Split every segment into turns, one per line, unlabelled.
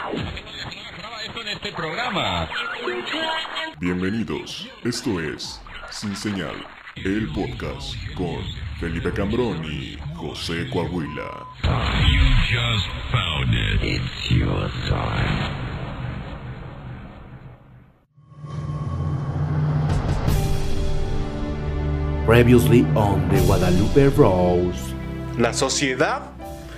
Sonaba esto en este programa.
Bienvenidos, esto es Sin Señal, el podcast con Felipe Cambrón y José Coahuila.
just found it. It's your time.
Previously on the Guadalupe Rose.
La sociedad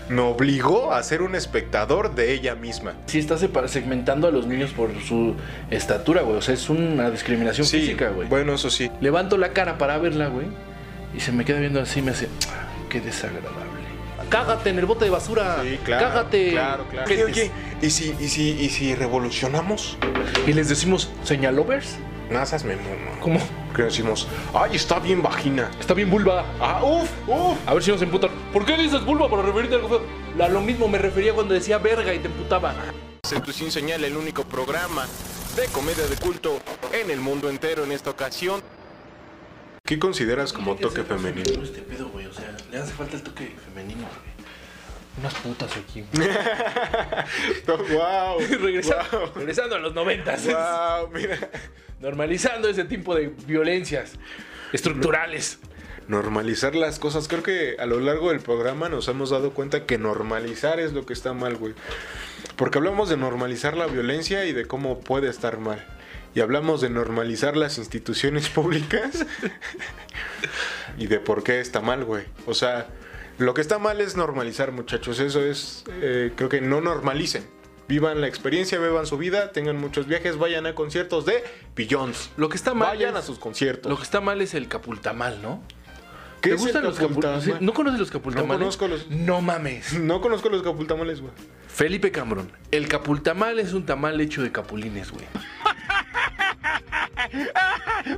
me obligó a ser un espectador de ella misma.
Sí está separ- segmentando a los niños por su estatura, güey. O sea, es una discriminación física, güey.
bueno, eso sí.
Levanto la cara para verla, güey. Y se me queda viendo así y me hace... "Ah, Qué desagradable. Cágate en el bote de basura.
Sí, claro.
Cágate.
Claro, claro.
Oye,
Oye,
oye.
¿y si, y si, y si revolucionamos?
Y les decimos, señalovers.
No, esas me mono.
¿Cómo?
Que decimos, ay, está bien vagina.
Está bien vulva.
Ah, uf, uf.
A ver si nos emputan. ¿Por qué dices vulva para referirte a algo feo? A lo mismo me refería cuando decía verga y te emputaba.
En tu sin señal, el único programa de comedia de culto en el mundo entero en esta ocasión. ¿Qué consideras como toque femenino?
Este pedo, güey. O sea, le hace falta el toque femenino, güey. Unas putas aquí,
wow.
Regresando, regresando a los noventas.
Wow, mira.
Normalizando ese tipo de violencias estructurales.
Normalizar las cosas. Creo que a lo largo del programa nos hemos dado cuenta que normalizar es lo que está mal, güey. Porque hablamos de normalizar la violencia y de cómo puede estar mal. Y hablamos de normalizar las instituciones públicas y de por qué está mal, güey. O sea, lo que está mal es normalizar, muchachos. Eso es, eh, creo que no normalicen. Vivan la experiencia, beban su vida, tengan muchos viajes, vayan a conciertos de Billions.
Lo que está mal
Vayan
es-
a sus conciertos.
Lo que está mal es el capultamal, ¿no?
¿Qué
¿Te
es
gustan
el
los capultamales?
capultamal?
¿No conoces los capultamales?
conozco los-
No mames.
No conozco los capultamales, güey.
Felipe Cambrón, el capultamal es un tamal hecho de capulines, güey.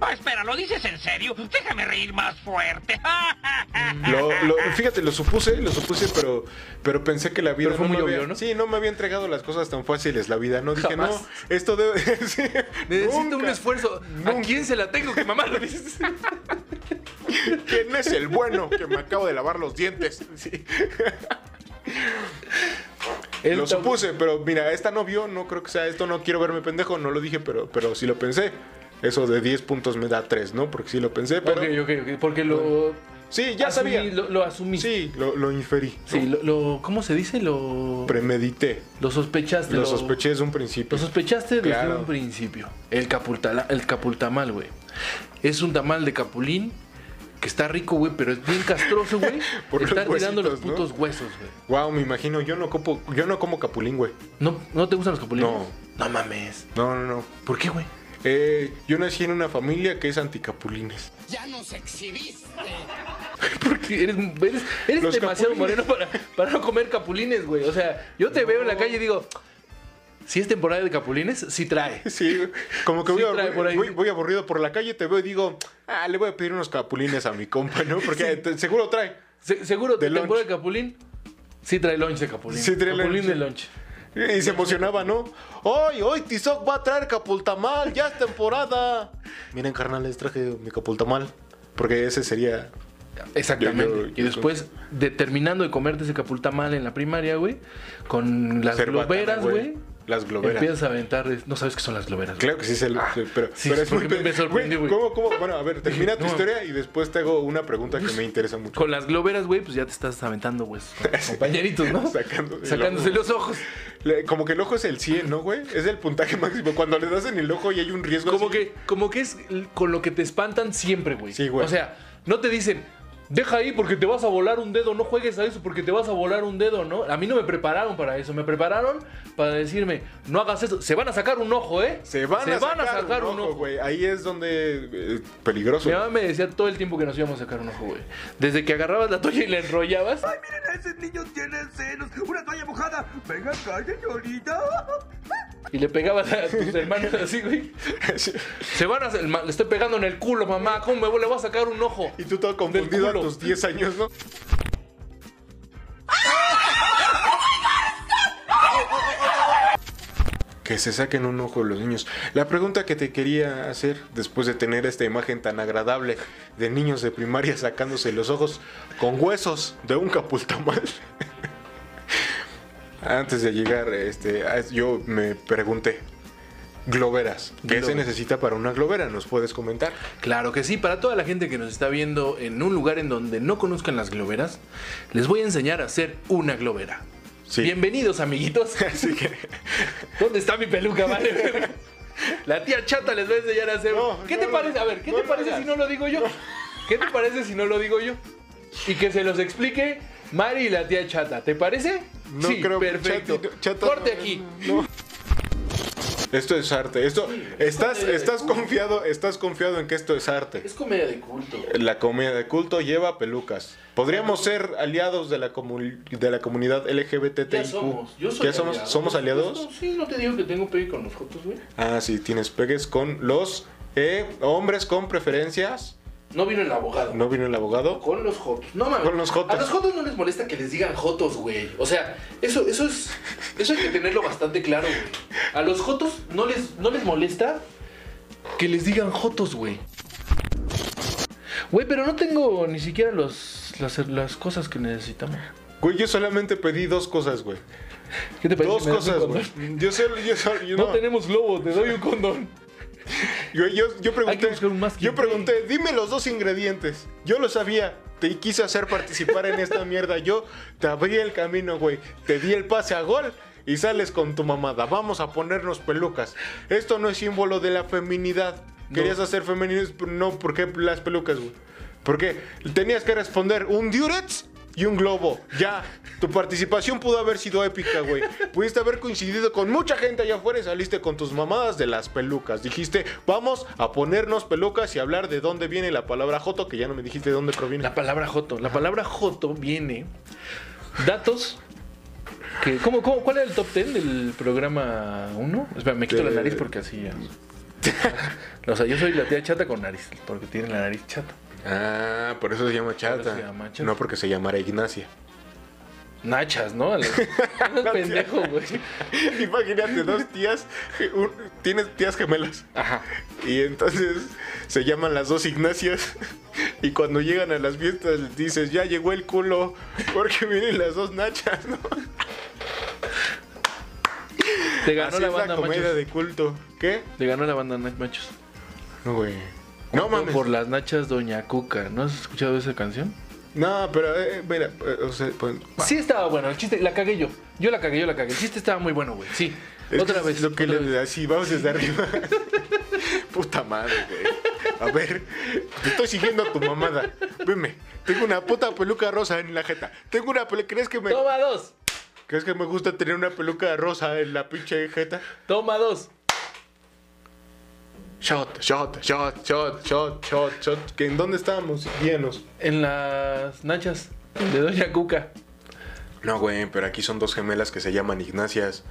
Oh, espera, ¿lo dices en serio? Déjame reír más fuerte.
Lo, lo- fíjate, lo supuse, lo supuse, pero, pero pensé que la vida.
Pero fue
no me
muy obvio,
había-
¿no?
Sí, no me había entregado las cosas tan fáciles la vida. No dije,
Jamás.
no, esto debe. sí,
Necesito un
nunca.
esfuerzo. ¿A quién se la tengo que mamar?
¿Quién es el bueno que me acabo de lavar los dientes? Sí.
El
Lo
tab-
supuse, pero mira, esta no vio, no creo que sea esto, no quiero verme pendejo, no lo dije, pero, pero sí lo pensé. Eso de 10 puntos me da 3, ¿no? Porque sí lo pensé, pero.
Ok, ok, ok. Porque lo.
Sí, ya
asumí,
sabía.
Ah, Lo, lo asumí.
Sí, lo, lo inferí.
Sí, lo, lo- ¿Cómo se dice? Lo.
Premedité.
Lo sospechaste.
Lo sospeché desde un principio.
Lo sospechaste desde
Claro.
un principio. El, capultala- el capultamal, güey. Es un tamal de capulín que está rico, güey, pero es bien castroso, güey.
Por los
Está tirando los
huesitos, ¿no?
putos huesos, güey.
Wow, me imagino, yo no como, yo no como capulín, güey.
¿No, ¿No te gustan los capulines?
No.
No mames.
No, no, no.
¿Por qué, güey?
Eh, yo nací en una familia que es anticapulines.
Porque eres, eres, eres
Los
demasiado
capulines.
moreno para, para no comer capulines, güey. O sea, yo te veo en la calle y digo, si es temporada de capulines, sí trae.
Sí, güey. como que
Sí,
voy,
trae
abur-
por ahí.
voy- voy aburrido por la calle, te veo y digo, ah, le voy a pedir unos capulines a mi compa, ¿no? Porque eh, te- seguro trae.
Se- seguro,
De
de temporada
lunch.
de capulín, sí trae lunch de capulín.
Sí trae
capulín
lunch.
de lunch.
Y se emocionaba, ¿no? ¡Hoy, hoy Tizoc va a traer capultamal! ¡Ya es temporada! Miren, carnales, traje mi capultamal. Porque ese sería...
Exactamente.
Yo- yo-
y después, de- terminando de comerte ese capultamal en la primaria, güey, con las
Cerbatana,
globeras,
güey.
güey.
Las globeras.
Empiezas a aventar. es- No sabes qué son las globeras. güey.
Claro que sí, se lo, sí, pero,
Ah, sí,
pero es muy
porque me-
pe-
me sorprendí, güey.
¿Cómo, cómo? Bueno, a ver, termina tu
No.
historia y después te hago una pregunta que me interesa mucho.
Con las globeras, güey, pues ya te estás aventando, güey. con tus Compañeritos, ¿no?
Sacándose el
Sacándose
ojo.
los ojos.
Le- como que el ojo es el 100, ¿no, güey? Es el puntaje máximo. Cuando le das en el ojo y hay un riesgo.
Como
así.
que, como que es con lo que te espantan siempre, güey.
Sí, güey.
O sea, no te dicen, deja ahí porque te vas a volar un dedo, no juegues a eso porque te vas a volar un dedo, ¿no? A mí no me prepararon para eso, me prepararon para decirme, no hagas eso, se van a sacar un ojo, ¿eh?
Se van, a, sacar un ojo, güey. Ahí es donde. eh, peligroso.
Mi mamá me decía todo el tiempo que nos íbamos a sacar un ojo, güey. Desde que agarrabas la toalla y la enrollabas.
Ese niño tiene senos, una toalla mojada. Venga, calle, señorita.
Y le pegabas a tus hermanos así, güey.
Sí.
Se van a. hacer- ma- Le estoy pegando en el culo, mamá. ¿Cómo me voy? Le voy a sacar un ojo.
Y tú todo
Del
confundido a
culo.
tus 10 años, ¿no? Que se saquen un ojo los niños. La pregunta que te quería hacer después de tener esta imagen tan agradable de niños de primaria sacándose los ojos con huesos de un capultamal. Antes de llegar, este, a- yo me pregunté. Globeras. ¿Qué se
Globeras.
necesita para una globera? ¿Nos puedes comentar?
Claro que sí, para toda la gente que nos está viendo en un lugar en donde no conozcan las globeras, les voy a enseñar a hacer una globera.
Sí.
Bienvenidos, amiguitos.
Así que.
¿Dónde está mi peluca, vale? verga? La tía chata les va a enseñar a hacer.
No,
¿Qué
no
te
lo-
parece? A ver, ¿qué
no
te
lo
parece
hagas.
si no lo digo yo? ¿Qué te parece si no lo digo yo? Y que se los explique Mari y la tía chata. ¿Te parece?
No
sí,
creo que
perfecto.
Chati- Chata-
Corte aquí.
Esto es arte. Esto. Estás, estás confiado, estás confiado en que esto es arte.
Es comedia de culto.
La comida de culto lleva pelucas. Podríamos ser aliados de la, comu- de la comunidad LGBTIQ.
Ya somos. Yo soy
¿Ya somos,
aliado.
somos
Por
aliados?
supuesto, Sí, no te digo que tengo pegue con nosotros, güey.
Ah, sí, tienes pegues con los eh, hombres con preferencias.
No vino el abogado.
No vino el abogado.
Con los jotos. No mames.
Con los jotos.
A los jotos no les molesta que les digan jotos, güey. O sea, eso, eso es. Eso hay que tenerlo bastante claro, güey. A los jotos no les, no les molesta que les digan jotos, güey. Güey, pero no tengo ni siquiera los, las, las cosas que necesitamos.
Güey, yo solamente pedí dos cosas, güey.
¿Qué te parece?
Dos
si Pues me das un
cosas,
condón?
güey. Yo solo, yo solo, yo
No.
no.
tenemos globo, te doy un condón.
Yo, yo- yo
Hay que
pregunté,
buscar un más que
yo
un
pregunté, dime los dos ingredientes. Yo lo sabía. Te quise hacer participar en esta mierda. Yo te abrí el camino, güey. Te di el pase a gol y sales con tu mamada. Vamos a ponernos pelucas. Esto no es símbolo de la feminidad.
No.
Querías hacer femeninos, pero no, ¿por qué las pelucas, güey? Porque tenías que responder un diurex y un globo. Ya, tu participación pudo haber sido épica, güey. Pudiste haber coincidido con mucha gente allá afuera y saliste con tus mamadas de las pelucas. Dijiste, vamos a ponernos pelucas y hablar de dónde viene la palabra joto, que ya no me dijiste de dónde proviene.
La palabra joto. La palabra joto viene. Datos. Que, ¿cómo, cómo, ¿Cuál era el top 10 del programa 1? Espera, me quito
De-
la nariz porque así ya. o sea, yo soy la tía chata con nariz, porque tiene la nariz chata.
Ah, por eso se llama
se llama chata.
No porque se llamara Ignacia.
Nachas, ¿no? Es pendejo, güey.
Imagínate, dos tías, un- tienes tías gemelas.
Ajá.
Y entonces se llaman las dos Ignacias. Y cuando llegan a las fiestas les dices, ya llegó el culo, porque vienen las dos nachas, ¿no?
Te ganó
Así
la
es
banda
la comedia
Machos.
de culto. ¿Qué?
Te ganó la banda Na- Machos.
No, güey. No mames.
Por las nachas Doña Cuca. ¿No has escuchado esa canción?
No, pero, eh, mira, eh, o sea, pues,
Sí estaba bueno, el chiste, la cagué yo. Yo la cagué, yo la cagué. El chiste estaba muy bueno, güey. Sí.
es
otra
que
vez.
es Lo que
otra
le
vez.
así, vamos desde arriba. Puta madre, güey. A ver, te estoy siguiendo a tu mamada. Veme, tengo una puta peluca rosa en la jeta. Tengo una peluca. ¿Crees que me,
Toma dos.
¿Crees que me gusta tener una peluca rosa en la pinche jeta?
Toma dos.
Shot, shot, shot, shot, shot, shot, shot. ¿Que ¿En dónde estábamos? Guíanos.
En las nachas de Doña Cuca.
No, güey, pero aquí son dos gemelas que se llaman Ignacias.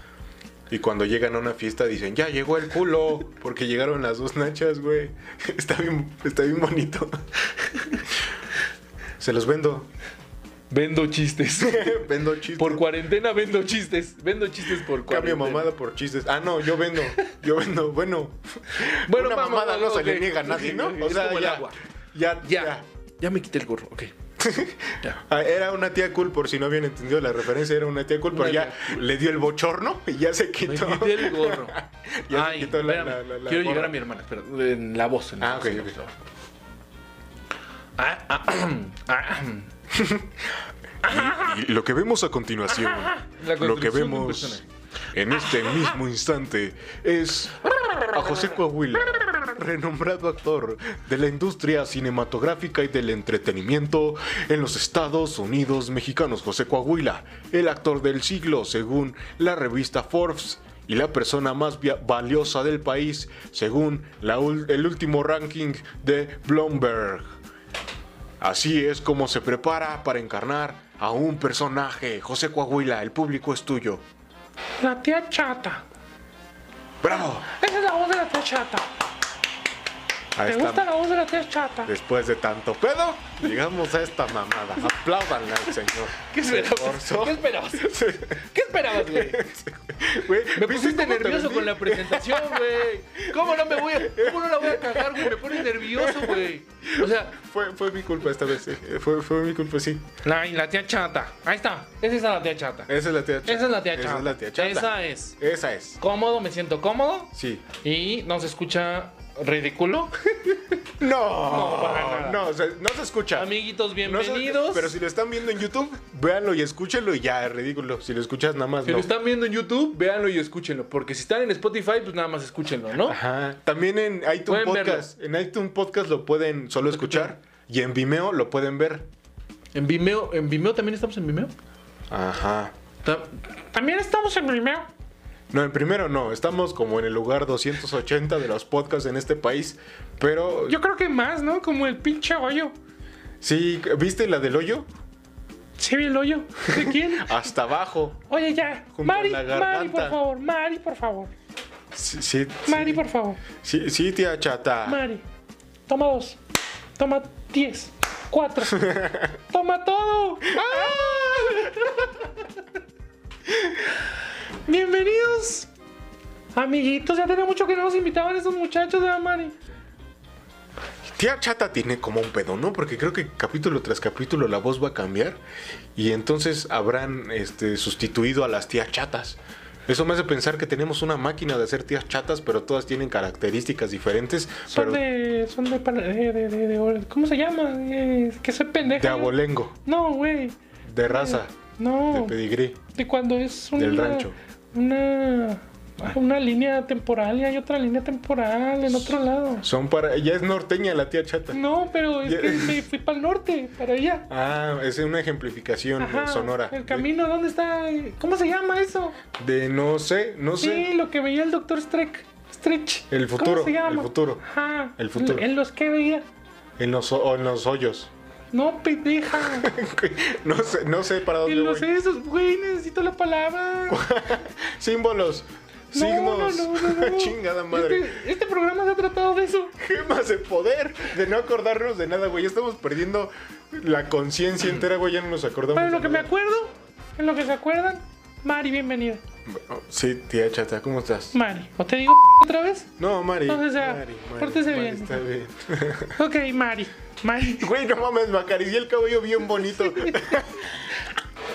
Y cuando llegan a una fiesta dicen, ya llegó el culo, porque llegaron las dos nachas, güey. Está bien, está bien bonito. Se los vendo.
Vendo chistes.
Vendo chistes.
Por cuarentena vendo chistes. Vendo chistes por cuarentena.
Cambio mamada por chistes. Ah, no, yo vendo. Yo vendo, bueno.
Bueno,
una
vamos,
mamada no
vamos,
se le
ok.
niega a nadie, ¿no? O
Es
sea,
como el
ya,
agua.
ya,
Ya.
ya.
ya. me quité el gorro, ok. Ya.
Ah, Era una tía cool, por si no habían entendido la referencia, era una tía cool, pero
Una
ya
tía
le dio el bochorno y ya se
Me
quitó.
quité el gorro.
Ya se
Ay,
quitó la-
espérame.
la- la- la
Quiero llegar
gorra.
a mi hermana, espera. En la voz. en la
Ah,
voz,
ok,
en la
ok.
voz. Ah, ah, ah,
Y lo que vemos a continuación,
La construcción
lo que
de un
vemos
personaje.
en este mismo instante es a José Coahuila, renombrado actor de la industria cinematográfica y del entretenimiento en los Estados Unidos mexicanos. José Coahuila, el actor del siglo según la revista Forbes. Y la persona más via- valiosa del país, según la ul- el último ranking de Bloomberg. Así es como se prepara para encarnar a un personaje. José Coahuila, el público es tuyo.
La tía chata.
¡Bravo!
Esa es la voz de la tía chata.
A
¿Te
esta-
gusta la voz de la tía chata?
Después de tanto pedo, llegamos a esta mamada. Apláudanle al señor.
¿Qué
Se
esperabas?
esforzó.
¿Qué esperabas?
Sí.
¿Qué esperabas,
Güey,
güey? Me
¿viste
pusiste
cómo te
nervioso
vendí?
con la presentación, güey. ¿Cómo no me voy a, cómo no la voy a cagar, güey? Me pones nervioso, güey. O sea,
Fue, fue mi culpa esta vez. sí. Fue, fue mi culpa, sí.
la, la tía chata. Ahí está. Esa es la tía chata.
Esa es la tía chata.
Esa es la tía
Esa
chata.
es la tía chata.
Esa es.
Esa es.
Cómodo, me siento cómodo.
Sí.
Y no se escucha ridículo.
No,
para nada.
no, se- no se escucha. No
Amiguitos,
se-
bienvenidos.
pero si lo están viendo en YouTube, véanlo y escúchenlo y ya, es ridículo. Si lo escuchas nada más,
Si
no.
lo están viendo en YouTube, véanlo y escúchenlo. Porque si están en Spotify, pues nada más escúchenlo, ¿no?
Ajá. También en iTunes
Pueden
Podcast. En iTunes Podcast lo pueden solo escuchar. Y en Vimeo lo pueden ver.
En Vimeo, en Vimeo también estamos en Vimeo.
Ajá.
Ta- también estamos en Vimeo.
No, en primero no. Estamos como en el lugar 280 de los podcasts en este país. Pero
Yo creo que más, ¿no? Como el pinche hoyo.
sí, ¿viste la del hoyo?
Sí, vi el hoyo. ¿De quién?
Hasta abajo.
Oye, ya.
Junto
Mari,
a la
Mari, por
garganta.
favor. Mari, por favor.
Sí, sí,
Mari, por favor.
sí, sí, tía chata.
Mari. Toma dos. Toma diez. Cuatro. Toma todo.
¡Ah!
Bienvenidos. Amiguitos, ya tenía mucho que no nos invitaban estos muchachos de Mari.
Tía Chata tiene como un pedo, ¿no? Porque creo que capítulo tras capítulo la voz va a cambiar y entonces habrán este, sustituido a las tías chatas. Eso me hace pensar que tenemos una máquina de hacer tías chatas, pero todas tienen características diferentes,
Son
pero de,
de. Son de, pan- de, de, de- de- ¿Cómo se llama? Eh, que soy pendeja. yo.
abolengo,
No, güey.
de raza, de
No. De,
pedigrí.
cuando es una.
Del rancho.
Una. Una línea temporal y hay otra línea temporal en otro lado.
Son para... Ya es norteña la tía Chata.
No, pero es
Ya-
que me fui para el norte, para allá.
Ah, es una ejemplificación eh,
Ajá,
sonora.
El camino, ¿dónde está? ¿Cómo se llama eso?
De, de no sé, no
Sí,
sé.
lo que veía el doctor Streck. Stretch.
Pues El futuro,
¿Cómo se llama?
el futuro.
Ajá.
El futuro.
En los que veía.
En los, o en los hoyos.
No, pendeja.
no sé, no sé para dónde
en los
voy.
esos, güey, necesito la palabra.
Símbolos.
No,
signos.
no, no, no, no.
Chingada madre.
Este, este programa se ha tratado de eso.
Gemas de poder. De no acordarnos de nada, güey. Ya Estamos perdiendo la conciencia entera, güey. Ya no nos acordamos.
Pero en
de
lo que me
nada.
acuerdo, en lo que se acuerdan, Mari, bienvenida.
Oh, Sí, tía chata, ¿cómo estás?
Mari, ¿o te digo otra vez?
No, Mari.
No, o sea,
Mari, Mari,
pórtese
Mari,
bien.
Está bien.
Ok, Mari. Mari.
Güey, no mames, me acaricié el cabello bien bonito.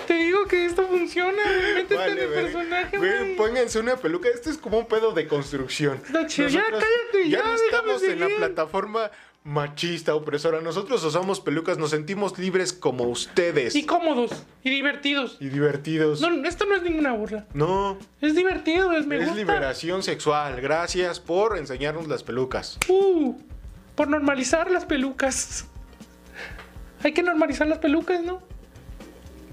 Te digo que esto funciona. güey, Métete
Vale,
en el
verga.
Este personaje,
Güey,
Mari.
pónganse una peluca. Esto es como un pedo de construcción.
Está chido. Ya,
Nosotros
cállate, ya,
no
déjame
estamos en la
seguir.
plataforma machista opresora. Nosotros usamos pelucas, nos sentimos libres como ustedes.
Y cómodos y divertidos.
Y divertidos.
No, esto no es ninguna burla.
No,
Es divertido, es me
es
gusta.
liberación sexual. Gracias por enseñarnos las pelucas.
Uh, por normalizar las pelucas. Hay que normalizar las pelucas, ¿no?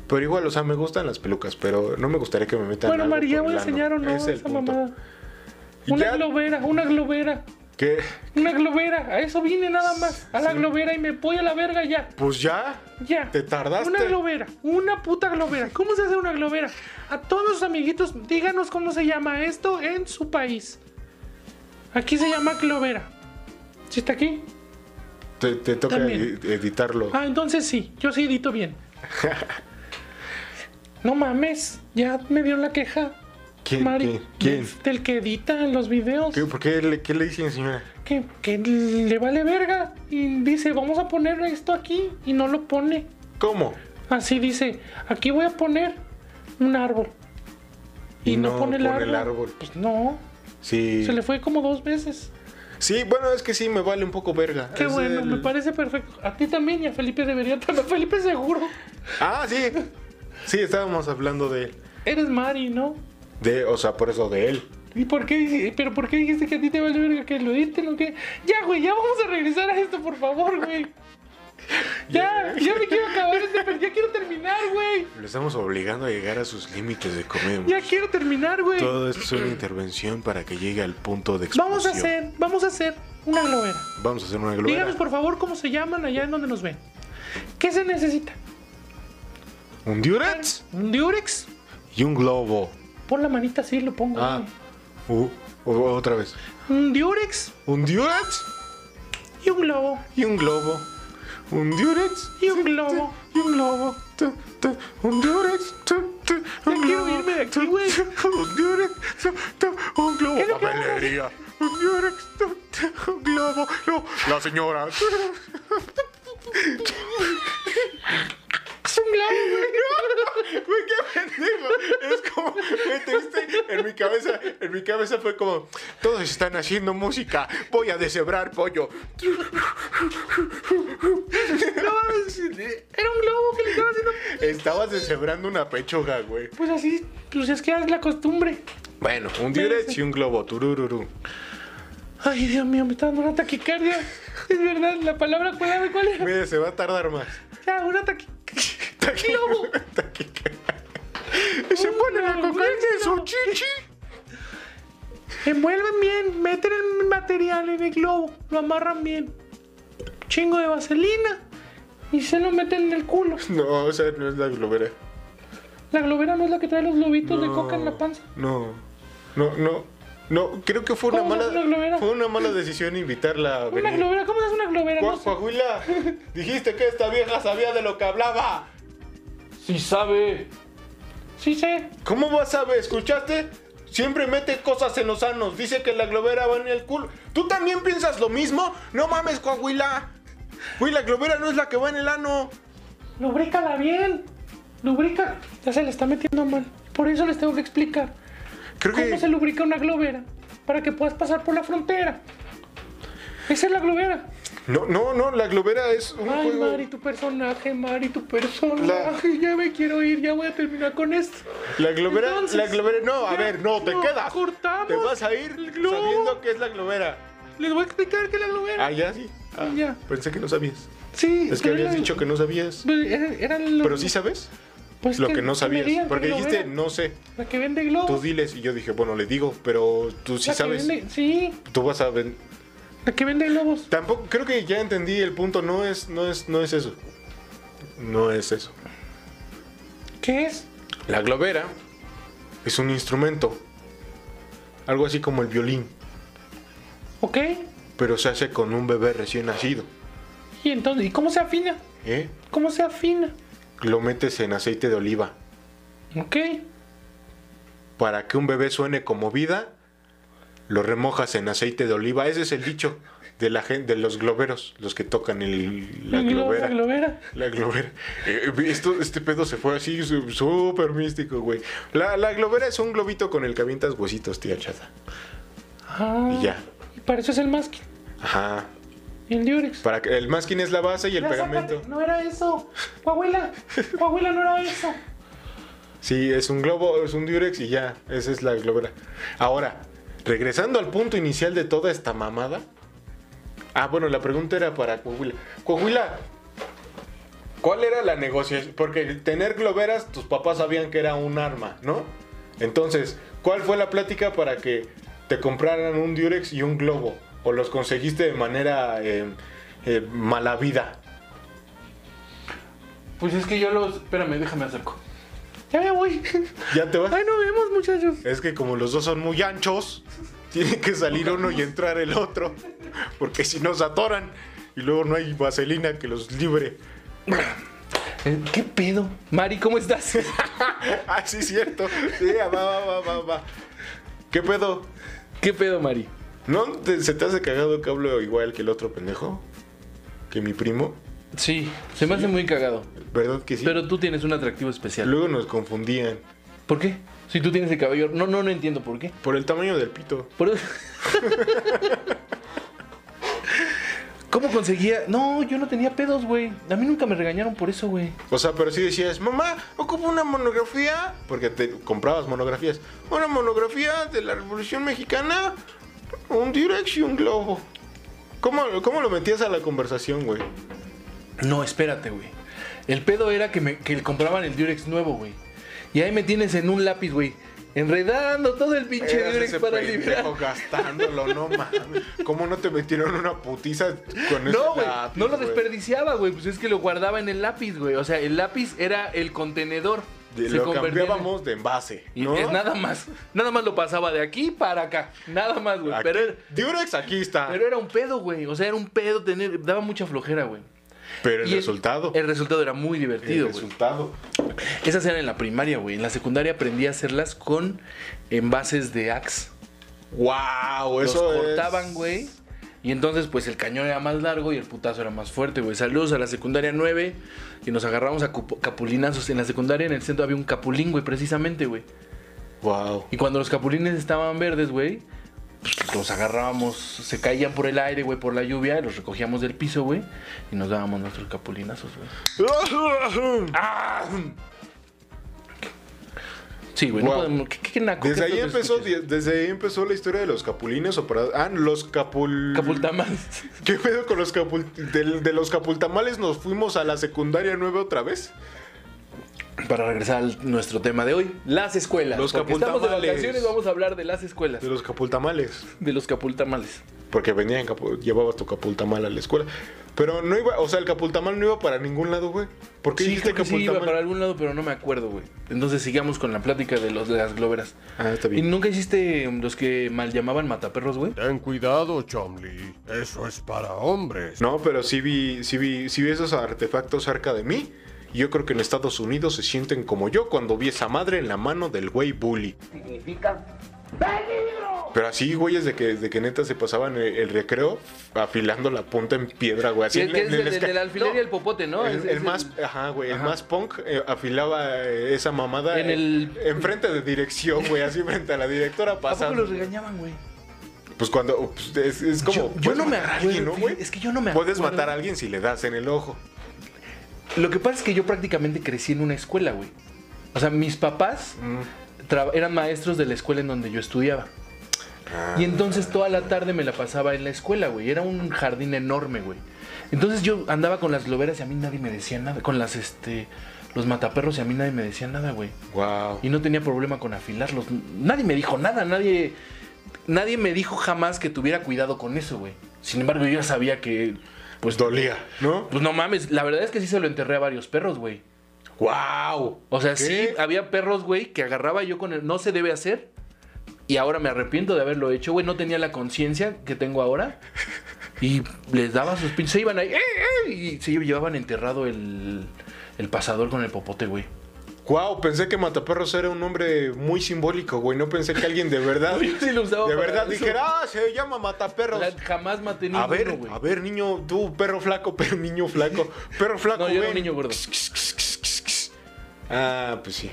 Pero igual, o sea, me gustan las pelucas, pero no me gustaría que me metan.
Bueno,
algo
Mari, ya
por
voy a
el ano.
enseñar o no
Es el
esa
punto.
mamada.
Y
Una
ya,
globera, una globera,
que,
una globera. A eso vine nada más. A la globera y me voy a la verga ya.
pues ya.
Ya.
Te tardaste.
Una globera, una puta globera. ¿Cómo se hace una globera? A todos los amiguitos, díganos cómo se llama esto en su país. Aquí se llama globera. ¿Sí está aquí?
Te, te toca
También.
edi- editarlo.
Ah, entonces sí, yo sí edito bien. No mames, ya me dio la queja.
¿Quién?
Mari,
¿Quién?
Del, del que edita en los videos.
¿Qué- ¿Por qué le, qué le dicen, señora?
Que, que le vale verga. Y dice, vamos a poner esto aquí. Y no lo pone.
¿Cómo?
Así dice, aquí voy a poner un árbol. Y, no, pone, el, árbol. Pues no,
Sí.
se le fue como dos veces.
Sí, bueno, es que sí, me vale un poco verga.
Qué
Es
bueno,
el-
me parece perfecto. A ti también y a Felipe debería también. Felipe seguro.
Ah, sí. Sí, estábamos hablando de él.
Eres Mari, ¿no?
De, o sea, por eso de él.
¿Y por qué, dice- pero por qué dijiste que a ti te vale verga que lo editen o qué? Ya, güey, ya vamos a regresar a esto, por favor, güey. Ya, ya me quiero acabar este, pero ya quiero terminar, güey.
Lo estamos obligando a llegar a sus límites de comer.
Ya quiero terminar, güey.
Todo esto es una intervención para que llegue al punto de explosión.
Vamos a hacer, vamos a hacer una globera.
Vamos a hacer una globera.
Díganos, por favor, cómo se llaman allá en donde nos ven. ¿Qué se necesita?
¿Un Durex?
¿Un diurex?
Y un globo.
Pon la manita así, lo pongo.
Ah.
güey.
Uh, o- otra vez.
¿Un diurex?
¿Un Durex?
Y un globo.
Y un globo. Un durex.
Y un globo.
Y un globo. Tu, tu, Un durex. Tu, tu, Un globo.
quiero irme de aquí, güey.
Tu, Un durex. Tu, tu, Un globo.
lo que hago?
Papelería. Un durex. Tu, tu, Un globo. No, la señora.
Es un globo, güey.
Güey, qué pendejo. Es como, güey, te viste en mi cabeza, en mi cabeza fue como, todos están haciendo música, voy a deshebrar pollo.
No mames, Era un globo que le estaba haciendo.
Estabas deshebrando una pechuga, güey.
Pues así, pues es que es la costumbre.
Bueno, un diurex y un globo, turururu.
Ay, Dios mío, me está dando una taquicardia. Es verdad, la palabra, cuál cuál era.
Mire, se va a tardar más.
Ya, una taquicardia. globo.
Se pone la
globo,
cocaína en su
globo.
chichi.
Envuelven bien, meten el material en el globo, lo amarran bien. Chingo de vaselina. Y se lo meten en el culo.
No, o sea, no es la globera.
La globera no es la que trae los globitos de coca en la panza.
No, no, no, no. Creo que fue una
¿Cómo
mala,
es una globera?
fue una mala decisión invitarla a
Una
venir.
globera, ¿cómo es una globera? No
Cua-
sé.
Coahuila, dijiste que esta vieja sabía de lo que hablaba.
Sí sabe.
Sí sé.
¿Cómo vas a ver? ¿Escuchaste? Siempre mete cosas en los sanos. Dice que la globera va en el culo. ¿Tú también piensas lo mismo? No mames, Coahuila. Güey, la globera no es la que va en el ano.
Lubrícala bien. Lubrica. Ya se le está metiendo mal. Por eso les tengo que explicar.
Creo
¿Cómo se
que.
lubrica una globera? Para que puedas pasar por la frontera. Esa es la globera.
No, no, no, la globera es un
Ay,
juego.
Mari, tu personaje, Mari, tu personaje. Ya me quiero ir, ya voy a terminar con esto.
La globera,
Entonces,
la globera. No, a
ya,
ver, no, te
no,
quedas.
cortamos
Te vas a ir
el globo.
sabiendo que es la globera.
Les voy a explicar que la globera.
Ah, ya sí. Ah,
Ya.
Pensé que no sabías.
sí,
Es que habías dicho que no sabías.
Era, era lo,
Pero sí sabes
pues
lo que no
me
sabías.
digan
Porque
que la
dijiste,
globera,
no sé.
La que vende
Tú
globos.
diles. Y yo dije, bueno, le digo, pero tú sí
la que
sabes.
vende- sí,
Tú vas a ven-
la que vende globos.
Tampoco, creo que ya entendí el punto. No es, no es, no es eso. No es eso.
¿Qué es?
La globera es un instrumento. Algo así como el violín.
¿Ok?
Pero se hace con un bebé recién nacido.
¿Y entonces? ¿Y cómo se afina?
¿eh?
¿Cómo se afina?
Lo metes en aceite de oliva.
¿Ok?
Para que un bebé suene como vida, lo remojas en aceite de oliva. Ese es el dicho de la gente, de los globeros, los que tocan el, la
El globo,
globera.
La globera.
La globera. Eh, esto, este pedo se fue así su- súper místico, güey. La, la globera es un globito con el que avientas huesitos, tía chata.
Ah,
Y ya.
Y para eso es el masking.
Ajá.
Y el diurex.
Para que el masking es la base y el
Ya,
pegamento.
sácate, No era eso. Coahuila. Coahuila no era eso.
Sí, es un globo, es un diurex y ya. Esa es la globera. Ahora, regresando al punto inicial de toda esta mamada. Ah, bueno, la pregunta era para Coahuila. Coahuila, ¿cuál era la negociación? Porque el tener globeras, tus papás sabían que era un arma, ¿no? Entonces, ¿cuál fue la plática para que te compraran un diurex y un globo? ¿O los conseguiste de manera eh, eh, mala vida?
Pues es que yo los. Espérame, déjame acerco.
Ya me voy.
¿Ya te vas?
Ay, nos vemos, muchachos.
Es que como los dos son muy anchos, tiene que salir uno y entrar el otro. Porque si nos atoran y luego no hay vaselina que los libre.
Eh, ¿Qué pedo? Mari, ¿cómo estás?
ah, sí, cierto. Sí, ah, va, va, va, va, va. ¿Qué pedo?
¿Qué pedo, Mari?
¿No te- se te hace cagado que hablo igual que el otro pendejo? Que mi primo.
Sí, se me hace muy cagado.
¿Verdad que sí?
Pero tú tienes un atractivo especial.
Luego nos confundían
¿Por qué? Si tú tienes el cabello. No, no, no entiendo por qué.
por el tamaño del pito.
Por eso- ¿Cómo conseguía? No, yo no tenía pedos, güey. A mí nunca me regañaron por eso, güey.
O sea, pero sí decías, mamá, ocupo una monografía. Porque te comprabas monografías. Una monografía de la Revolución Mexicana, un Durex y un globo. ¿Cómo, cómo lo metías a la conversación, güey?
No, espérate, güey. El pedo era que, me, que le compraban el Durex nuevo, güey. Y ahí me tienes en un lápiz, güey. Enredando todo el pinche
Eras
Durex
ese
para
pendejo
liberar.
gastándolo, no mames. ¿Cómo no te metieron una putiza con ese
No, güey.
lápiz,
No lo
güey?
desperdiciaba, güey. Pues es que lo guardaba en el lápiz, güey. O sea, el lápiz era el contenedor.
de-
Se
lo
convertía en-
cambiábamos de envase.
Y
¿no?
es nada más. Nada más lo pasaba de aquí para acá. Nada más, güey.
Aquí- Ah.
Pero, era-
Durex aquí está.
pero
Pero,
era un pedo, güey. O sea, era un pedo tener. Daba mucha flojera, güey.
el
Y
resultado.
El resultado era muy
el
divertido, güey.
resultado.
Esas eran en la primaria, güey. En la secundaria aprendí a hacerlas con envases de Axe.
Wow,
Los
Pues eso
cortaban,
es-
güey. Y entonces, pues el cañón era más largo y el putazo era más fuerte, güey. Saludos a la secundaria 9 y nos agarramos a cupo- capulinazos. En la secundaria, en el centro, había un capulín, güey, precisamente, güey.
Wow.
Y cuando los capulines estaban verdes, güey, pues, los agarrábamos, se caían por el aire, güey, por la lluvia, los recogíamos del piso, güey, y nos dábamos nuestros capulinazos, güey. Ah, Sí, güey,
Guau.
no podemos. ¿Qué, qué, qué naco,
Desde
qué
ahí
feo que
empezó,
escuches.
desde ahí empezó la historia de los capulines o para- Ah, los capul.
Capultamales.
¿Qué pedo con los capul... del- De, los capultamales nos fuimos a la secundaria 9 otra vez?
Para regresar a nuestro tema de hoy, las escuelas.
Los
Porque estamos de
capultamales.
vacaciones, vamos a hablar de las escuelas,
De los capultamales.
de los capultamales.
Porque venía en capu- llevabas tu capultamal a la escuela. Pero no iba, o sea, el capultamal no iba para ningún lado, güey. ¿Por qué
Sí,
dijiste
creo que sí iba
capultamal?
para algún lado, pero no me acuerdo, güey. Entonces sigamos con la plática de los de las globeras.
Ah, está
¿Y
bien.
nunca hiciste los que mal llamaban mataperros, güey?
Ten cuidado, Chomli. Eso es para hombres.
No, pero sí vi, sí vi, sí vi esos artefactos cerca de mí. Y Yo creo que en Estados Unidos se sienten como yo cuando vi esa madre en la mano del güey bully. Pero así, güeyes, de que, de que neta se pasaban el, el recreo afilando la punta en piedra, güey. Así
Que- que es
el
el,
esca-
del alfiler y
No,
el popote, ¿no?
El,
Es-
el
es el-
más, ajá, güey, el más punk eh, afilaba eh, esa mamada
En
eh,
el-
enfrente de dirección, güey, así frente a la directora
¿A poco
pasando.
los regañaban, güey?
Pues cuando pues, es, es como
Yo- yo
puedes
no me
matar a alguien, ¿no,
acuerdo,
güey?
fíjate, es que yo no me
Puedes
acuerdo.
matar a alguien si le das en el ojo.
Lo que pasa es que yo prácticamente crecí en una escuela, güey. O sea, mis papás tra- eran maestros de la escuela en donde yo estudiaba. Y entonces toda la tarde me la pasaba en la escuela, güey. Era un jardín enorme, güey. Entonces yo andaba con las globeras y a mí nadie me decía nada. Con las, este, los mataperros y a mí nadie me decía nada, güey.
Wow.
Y no tenía problema con afilarlos. Nadie me dijo nada, nadie. Nadie me dijo jamás que tuviera cuidado con eso, güey. Sin embargo, yo ya sabía que.
Pues dolía, ¿no?
Pues no mames, la verdad es que sí se lo enterré a varios perros, güey.
Wow.
O sea,
¿Qué?
sí había perros, güey, que agarraba yo con el no se debe hacer. Y ahora me arrepiento de haberlo hecho, güey. No tenía la conciencia que tengo ahora. Y les daba sus pinches. Se iban ahí. ¡eh, eh! Y se llevaban enterrado el, el pasador con el popote, güey.
Wow, pensé que Mataperros era un nombre muy simbólico, güey. No pensé que alguien de verdad.
Yo sí lo usaba
de
para
verdad
eso.
dijera, ah, se llama Mataperros.
La- jamás maté
A
ninguno,
ver,
güey.
a ver, niño, tú, perro flaco, pero niño flaco. Perro flaco,
No, yo era un
ven.
niño gordo.
Ah, pues sí.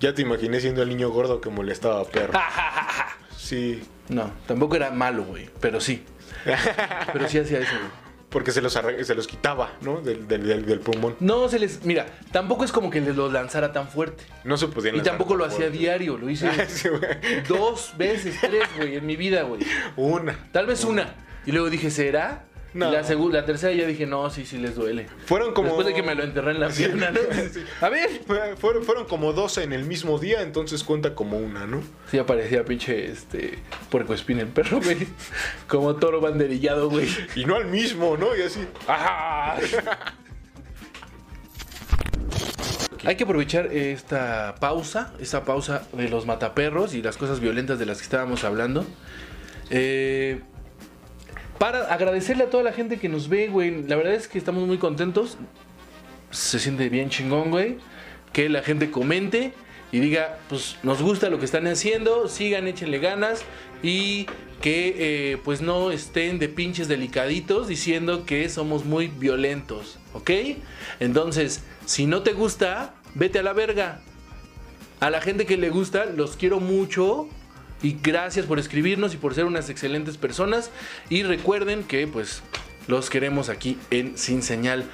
Ya te imaginé siendo el niño gordo que molestaba a perro. Sí,
No, tampoco era malo, güey, pero sí. Pero sí hacía eso, güey.
porque se los, arre- se los quitaba, ¿no? Del, del- del- del pulmón.
No se les. Mira, tampoco es como que les lo lanzara tan fuerte.
No se podían
Y
lanzar
tampoco lo
por-
hacía diario, lo hice
Ah, Sí, güey.
dos veces, tres, güey, en mi vida, güey.
Una.
Tal vez una. Y luego dije, ¿será?
No.
Y la, segu- la tercera ya dije, no, sí, sí les duele.
Fueron como.
Después de que me lo enterré en la pierna, ¿no?
Sí.
A ver.
Fue- Fueron, fueron como 12 en el mismo día, entonces cuenta como una, ¿no?
Sí, aparecía pinche este puerco espina el perro, güey. Como toro banderillado, güey.
Y no al mismo, ¿no? Y así.
Ajá. Hay que aprovechar esta pausa, esta pausa de los mataperros y las cosas violentas de las que estábamos hablando. eh, para agradecerle a toda la gente que nos ve, güey. La verdad es que estamos muy contentos. Se siente bien chingón, güey. Que la gente comente y diga, pues nos gusta lo que están haciendo, sigan, échenle ganas y que eh, pues no estén de pinches delicaditos diciendo que somos muy violentos, ¿ok? Entonces, si no te gusta, vete a la verga. A la gente que le gusta, los quiero mucho. Y gracias por escribirnos y por ser unas excelentes personas. Y recuerden que pues los queremos aquí en Sin Señal.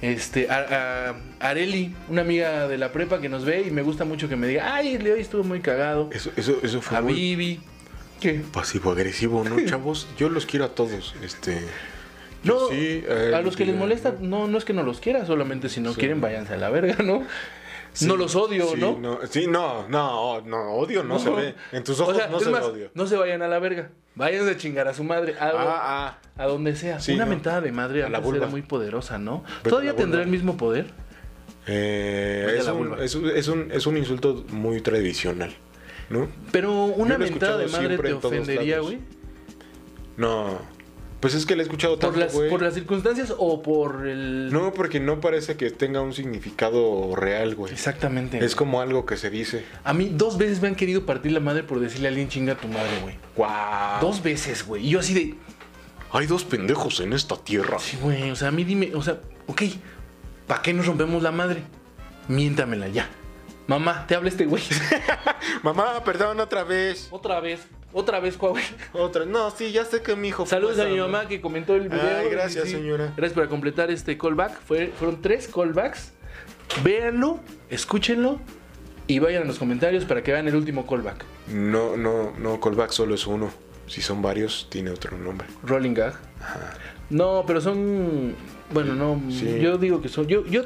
Este, a- a- Areli, una amiga de la prepa que nos ve y me gusta mucho que me diga, ay, hoy estuvo muy cagado.
Eso, eso, eso fue
A
muy
Vivi. ¿Qué?
pasivo-agresivo, ¿no, chavos? Yo los quiero a todos. Este.
No,
sí,
a los que les
Areli,
molesta, no, no es que no los quiera, solamente si no quieren, váyanse a la verga, ¿no? no los odio,
sí,
¿no?
Sí, no, no, no, odio no, se ve. En tus
O
ojos
sea,
no
es
se ve
más,
odio.
No se vayan a la verga. Váyanse a chingar a su madre. A,
Ah, ah.
a donde sea.
Sí,
Una
no.
mentada de madre
A la
antes era
vulva.
muy poderosa, ¿no?
a
¿Todavía
la
tendrá
vulva.
el mismo poder?
Eh,
Vaya
es,
la
un,
vulva.
es un- es un- es un insulto muy tradicional, ¿no?
Pero una
Yo lo he
mentada de
escuchado
madre
siempre
te
en todos
ofendería,
lados.
güey.
No. Pues es que la he escuchado
¿Por
tanto,
las,
güey.
¿Por las circunstancias o por el...?
No, porque no parece que tenga un significado real, güey.
Exactamente.
Es como algo que se dice.
A mí dos veces me han querido partir la madre por decirle a alguien chinga a tu madre, güey.
¡Guau!
Dos veces, güey. Y yo así de...
Hay dos pendejos en esta tierra.
Sí, güey. O sea, a mí dime... O sea, ok. ¿Para qué nos rompemos la madre? Miéntamela ya. Mamá, te habla este güey.
Mamá, perdón otra vez.
otra vez. Otra vez, güey.
Otra. No, sí, ya sé que mi hijo.
Saludos
pasa,
a mi
¿no?
mamá que comentó el video.
Ay, gracias, señora.
Gracias por completar este callback. Fue- fueron tres callbacks. Véanlo, escúchenlo y vayan a los comentarios para que vean el último callback.
No, no, no, callback solo es uno. Si son varios, tiene otro nombre.
Rolling gag. No, pero son. Bueno, no.
Sí.
Yo digo que son. Yo, yo,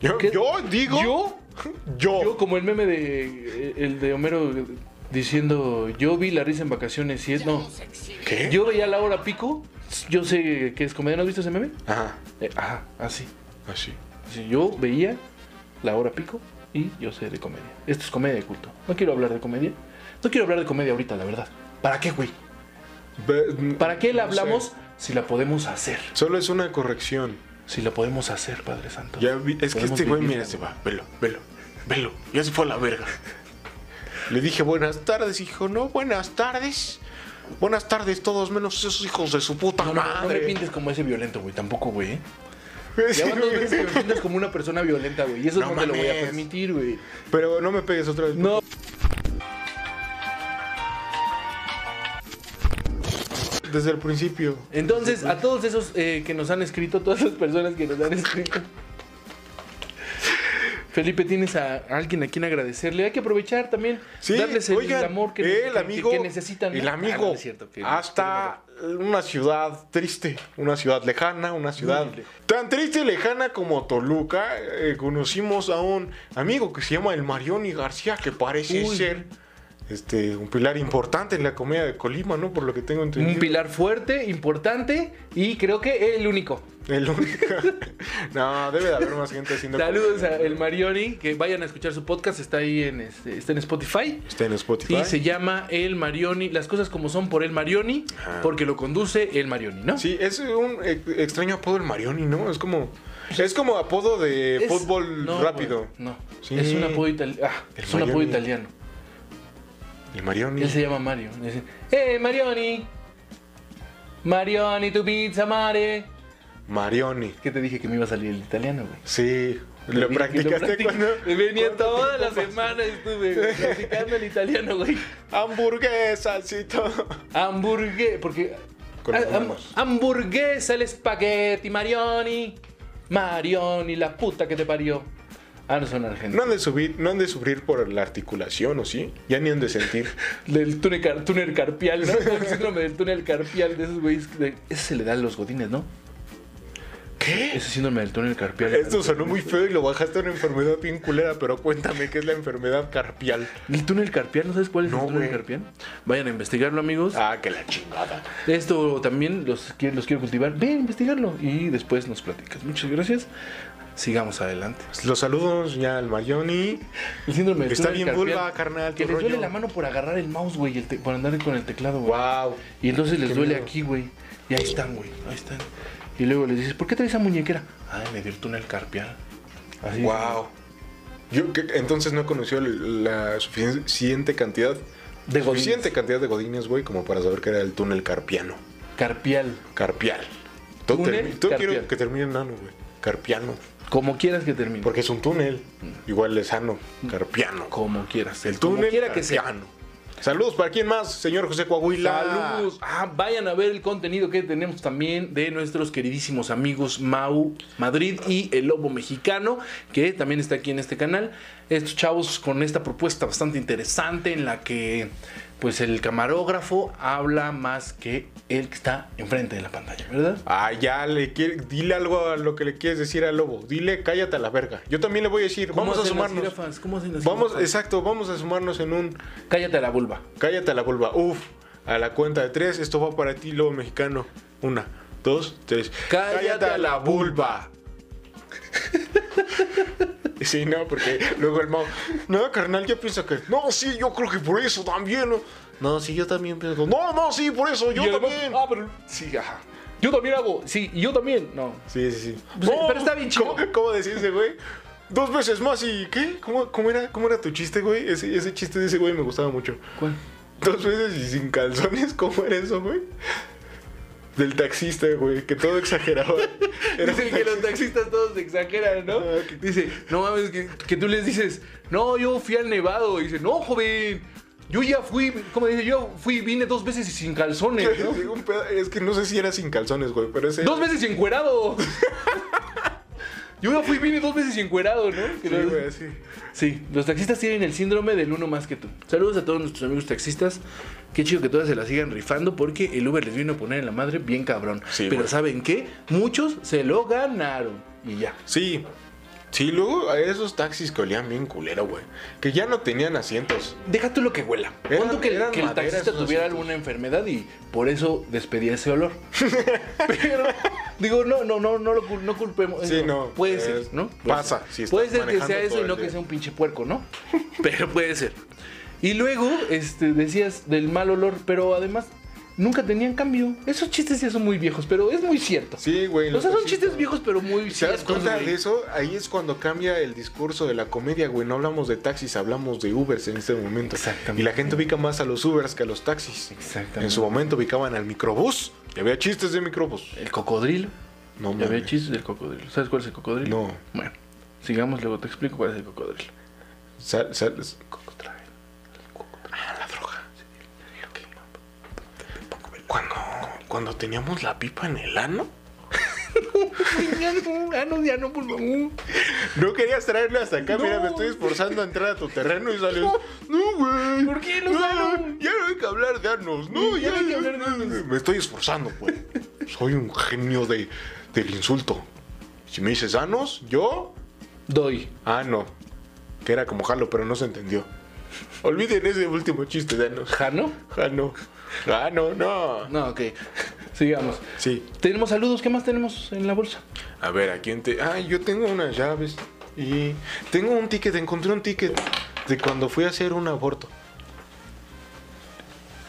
Yo,
¿Qué?
yo digo.
¿Yo?
Yo.
yo como el meme de. El de Homero diciendo. Yo vi la risa en vacaciones y es. No.
¿Qué?
Yo veía la hora pico. Yo sé que es comedia. ¿No has visto ese meme?
Ajá,
Eh, ajá, así.
así.
Si yo veía La Hora Pico y yo sé de comedia. Esto es comedia de culto. No quiero hablar de comedia. No quiero hablar de comedia ahorita, la verdad. ¿Para qué, güey?
Ve-
¿Para qué la
no sé.
hablamos si la podemos hacer?
Solo es una corrección.
Si la podemos hacer, Padre Santo.
Ya vi- es que
Podemos
este güey,
vivirla,
mira, se va. Velo, velo, velo. Ya se fue a la verga. Le dije buenas tardes, hijo. No, buenas tardes. Buenas tardes, todos menos esos hijos de su puta
No, no, no, no me
madre.
pintes como ese violento, güey. Tampoco, güey. ¿eh?
Sí,
Ya van dos
güey.
veces que me pintas como una persona violenta, güey. Y eso no,
No
te lo voy a
mames.
permitir, güey.
Pero no me pegues otra vez.
No.
Desde el principio.
Entonces, a todos esos eh, que nos han escrito, todas las personas que nos han escrito. Felipe, tienes a alguien a quien agradecerle. Hay que aprovechar también,
Sí,
darles el,
oigan,
amor que,
el
que-
amigo,
que necesitan.
El
Ah, no,
amigo
no es cierto, que-
hasta una ciudad triste, una ciudad lejana, una ciudad
Muy lejos.
tan triste y lejana como Toluca. eh, conocimos a un amigo que se llama el Marioni García, que parece
Uy.
ser este, un pilar importante en la comedia de Colima, ¿no? Por lo que tengo entendido.
Un pilar fuerte, importante y creo que el único.
El único. no, debe de haber más gente haciendo
Saludos a
comedia.
El Marioni, que vayan a escuchar su podcast, está ahí en, este, está en Spotify.
Está en Spotify.
Sí, se llama El Marioni, las cosas como son por El Marioni,
Ajá.
porque lo conduce El Marioni, ¿no?
Sí, es un ex- extraño apodo el Marioni, ¿no? Es como es como apodo de
Es-
fútbol
no,
rápido.
güey, No,
Sí.
es un apodo italiano.
El
es un apodo
Marioni.
italiano.
El Marioni.
Él se llama Mario. Le dice, ¡Eh, Marioni! Marioni, tu pizza, Mare.
Marioni.
¿Qué te dije que me iba a salir el italiano, güey?
Sí,
Te
lo
dije que
practicaste
practic-
cuando
Venía
cuando
toda
te
la
topas.
semana, estuve güey, practicando el italiano, güey.
hamburguesas y todo.
Hamburguesa, porque...
Con
Ah,
las
ham-
manos.
hamburguesa, el espagueti, Marioni. Marioni, la puta que te parió. Ah, no son argentinos.
No han de subir, no han de sufrir por la articulación, ¿o sí? Ya ni han de sentir.
Del túnel, car- túnel carpial, ¿no? El síndrome del túnel carpial de esos güeyes. de- Ese se le da a los godines, ¿no?
¿Qué?
Ese síndrome del túnel carpial.
Esto sonó muy feo y lo bajaste a una enfermedad bien culera, pero cuéntame qué es la enfermedad carpial.
¿El túnel carpial? ¿No sabes cuál es
No,
el túnel
güey.
carpial? Vayan a investigarlo, amigos.
Ah, que la chingada.
Esto también los, qui- los quiero cultivar. Ven a investigarlo y después nos platicas. Muchas gracias. Sigamos adelante.
Los saludos ya al Marioni.
El síndrome del
Está
túnel
bien
carpial.
vulva, carnal, tu
Que les duele
rollo.
la mano por agarrar el mouse, güey, y el te- por andar con el teclado, güey.
Wow.
Y entonces les
Qué
duele
miedo.
aquí, güey. Y ahí están, güey. Ahí están. Y luego les dices, ¿por qué traes esa muñequera? Ay, me dio el túnel carpial. Así.
Wow. Yo que- entonces no conoció el- la suficiente cantidad.
De godines.
suficiente cantidad de godines, güey, como para saber que era el túnel carpiano.
Carpial.
Carpial. Tú,
Túnel
termi- tú
carpial.
quiero que termine en ano, güey. Carpiano.
Como quieras que termine.
Porque es un túnel. Igual es ano. Carpiano.
Mm. Como quieras.
El
Como
túnel
quiera que sea.
carpiano. Saludos para quién más, señor José Coahuila.
Saludos. Ah, vayan a ver el contenido que tenemos también de nuestros queridísimos amigos Mau Madrid y el Lobo Mexicano, que también está aquí en este canal. Estos chavos con esta propuesta bastante interesante en la que pues el camarógrafo habla más que el que está enfrente de la pantalla, ¿verdad?
Ah, ya le quiere, dile algo a lo que le quieres decir al lobo. Dile, cállate a la verga. Yo también le voy a decir,
¿Cómo
vamos a
hacen las
sumarnos.
jirafas? ¿Cómo hacen las
Vamos,
jirafas?
exacto, vamos a sumarnos en un
Cállate a la vulva.
Cállate a la vulva. Uf, a la cuenta de tres, esto va para ti, lobo mexicano. Una, dos, tres.
Cállate a la vulva.
Sí, no, porque luego el Mau, no, carnal, yo pienso que, no, sí, yo creo que por eso también, no, no sí, yo también pienso, no, no, sí, por eso, yo
Y el Mau,
también.
Ah, pero
Sí, ajá.
yo también hago. Sí, y yo también. No.
Sí, sí, sí.
Pues, pero está bien chido.
¿Cómo, cómo decía ese güey? Dos veces más y ¿qué? ¿Cómo, cómo era, cómo era tu chiste, güey? Ese, ese chiste de ese güey me gustaba mucho.
¿Cuál?
Dos veces y sin calzones, ¿cómo era eso, güey? Del taxista, güey, que todo exageraba. Era
Dicen
un
que los taxistas todos se exageran, ¿no?
Ah, que-
Dice, no mames, que, que tú les dices, no, yo fui al nevado. Y dice, no, joven, yo ya fui, ¿cómo dice? Yo fui, vine dos veces y sin calzones, ¿no?
Sí, un peda- Es que no sé si era sin calzones, güey, pero ese.
Dos veces y encuerado. yo ya fui, vine dos veces y encuerado, ¿no? Que
Sí,
los-
güey, sí.
Sí, los taxistas tienen el síndrome del uno más que tú. Saludos a todos nuestros amigos taxistas. Qué chido que todas se la sigan rifando porque el Uber les vino a poner en la madre bien cabrón.
Sí,
Pero
güey.
¿saben qué? Muchos se lo ganaron. Y ya.
Sí. Sí, luego a esos taxis que olían bien culero, güey. Que ya no tenían asientos.
Deja tú lo que huela.
Eran-
Cuando que,
eran
que el
madera
taxista
esos
tuviera
asientos.
alguna enfermedad y por eso despedía ese olor. Pero digo, no, no, no, no lo cul- no culpemos.
Sí,
eso.
no,
Puede
es-
ser, ¿no? Puede
pasa,
ser.
si estás
puede ser que
manejando
sea eso
todo
y
el
no que
día.
sea un pinche puerco, ¿no? Pero puede ser. Y luego, este, decías del mal olor, pero además nunca tenían cambio. Esos chistes ya son muy viejos, pero es muy cierto.
Sí, güey.
o sea, son
los
chistes viejos, pero muy
¿Se das
ciertos.
cuenta
güey.
de eso? Ahí es cuando cambia el discurso de la comedia, güey. No hablamos de taxis, hablamos de Ubers en este momento.
Exactamente.
Y la gente ubica más a los Ubers que a los taxis.
Exactamente.
En su momento ubicaban al microbús. Y había chistes de microbús.
El cocodrilo.
No
Ya había
mames.
chistes del cocodrilo. ¿Sabes cuál es el cocodrilo?
No.
Bueno, sigamos, luego te explico cuál es el cocodrilo.
Sal, sal, es-
Ah,
Cuando, cuando teníamos la pipa en el ano.
Ya no, ya no, ya no, por favor.
No querías traerlo hasta acá. Mira,
No.
me estoy esforzando a entrar a tu terreno y sales. No, güey.
¿Por qué,
no,
Lozano?
Ya no hay que hablar de anos. No,
Ya
ya,
no hay que hablar de anos.
Me estoy esforzando, pues. Soy un genio de, del insulto. Si me dices anos, yo.
Doy.
Ah, no. Que era como jalo, pero no se entendió. Olviden ese último chiste de anos.
¿Jano?
Jano. Jano, Ah, no.
No, ok. Sigamos.
Sí.
Tenemos saludos. ¿Qué más tenemos en la bolsa?
A ver, ¿a quién te...? Ah, yo tengo unas llaves y tengo un ticket, encontré un ticket de cuando fui a hacer un aborto.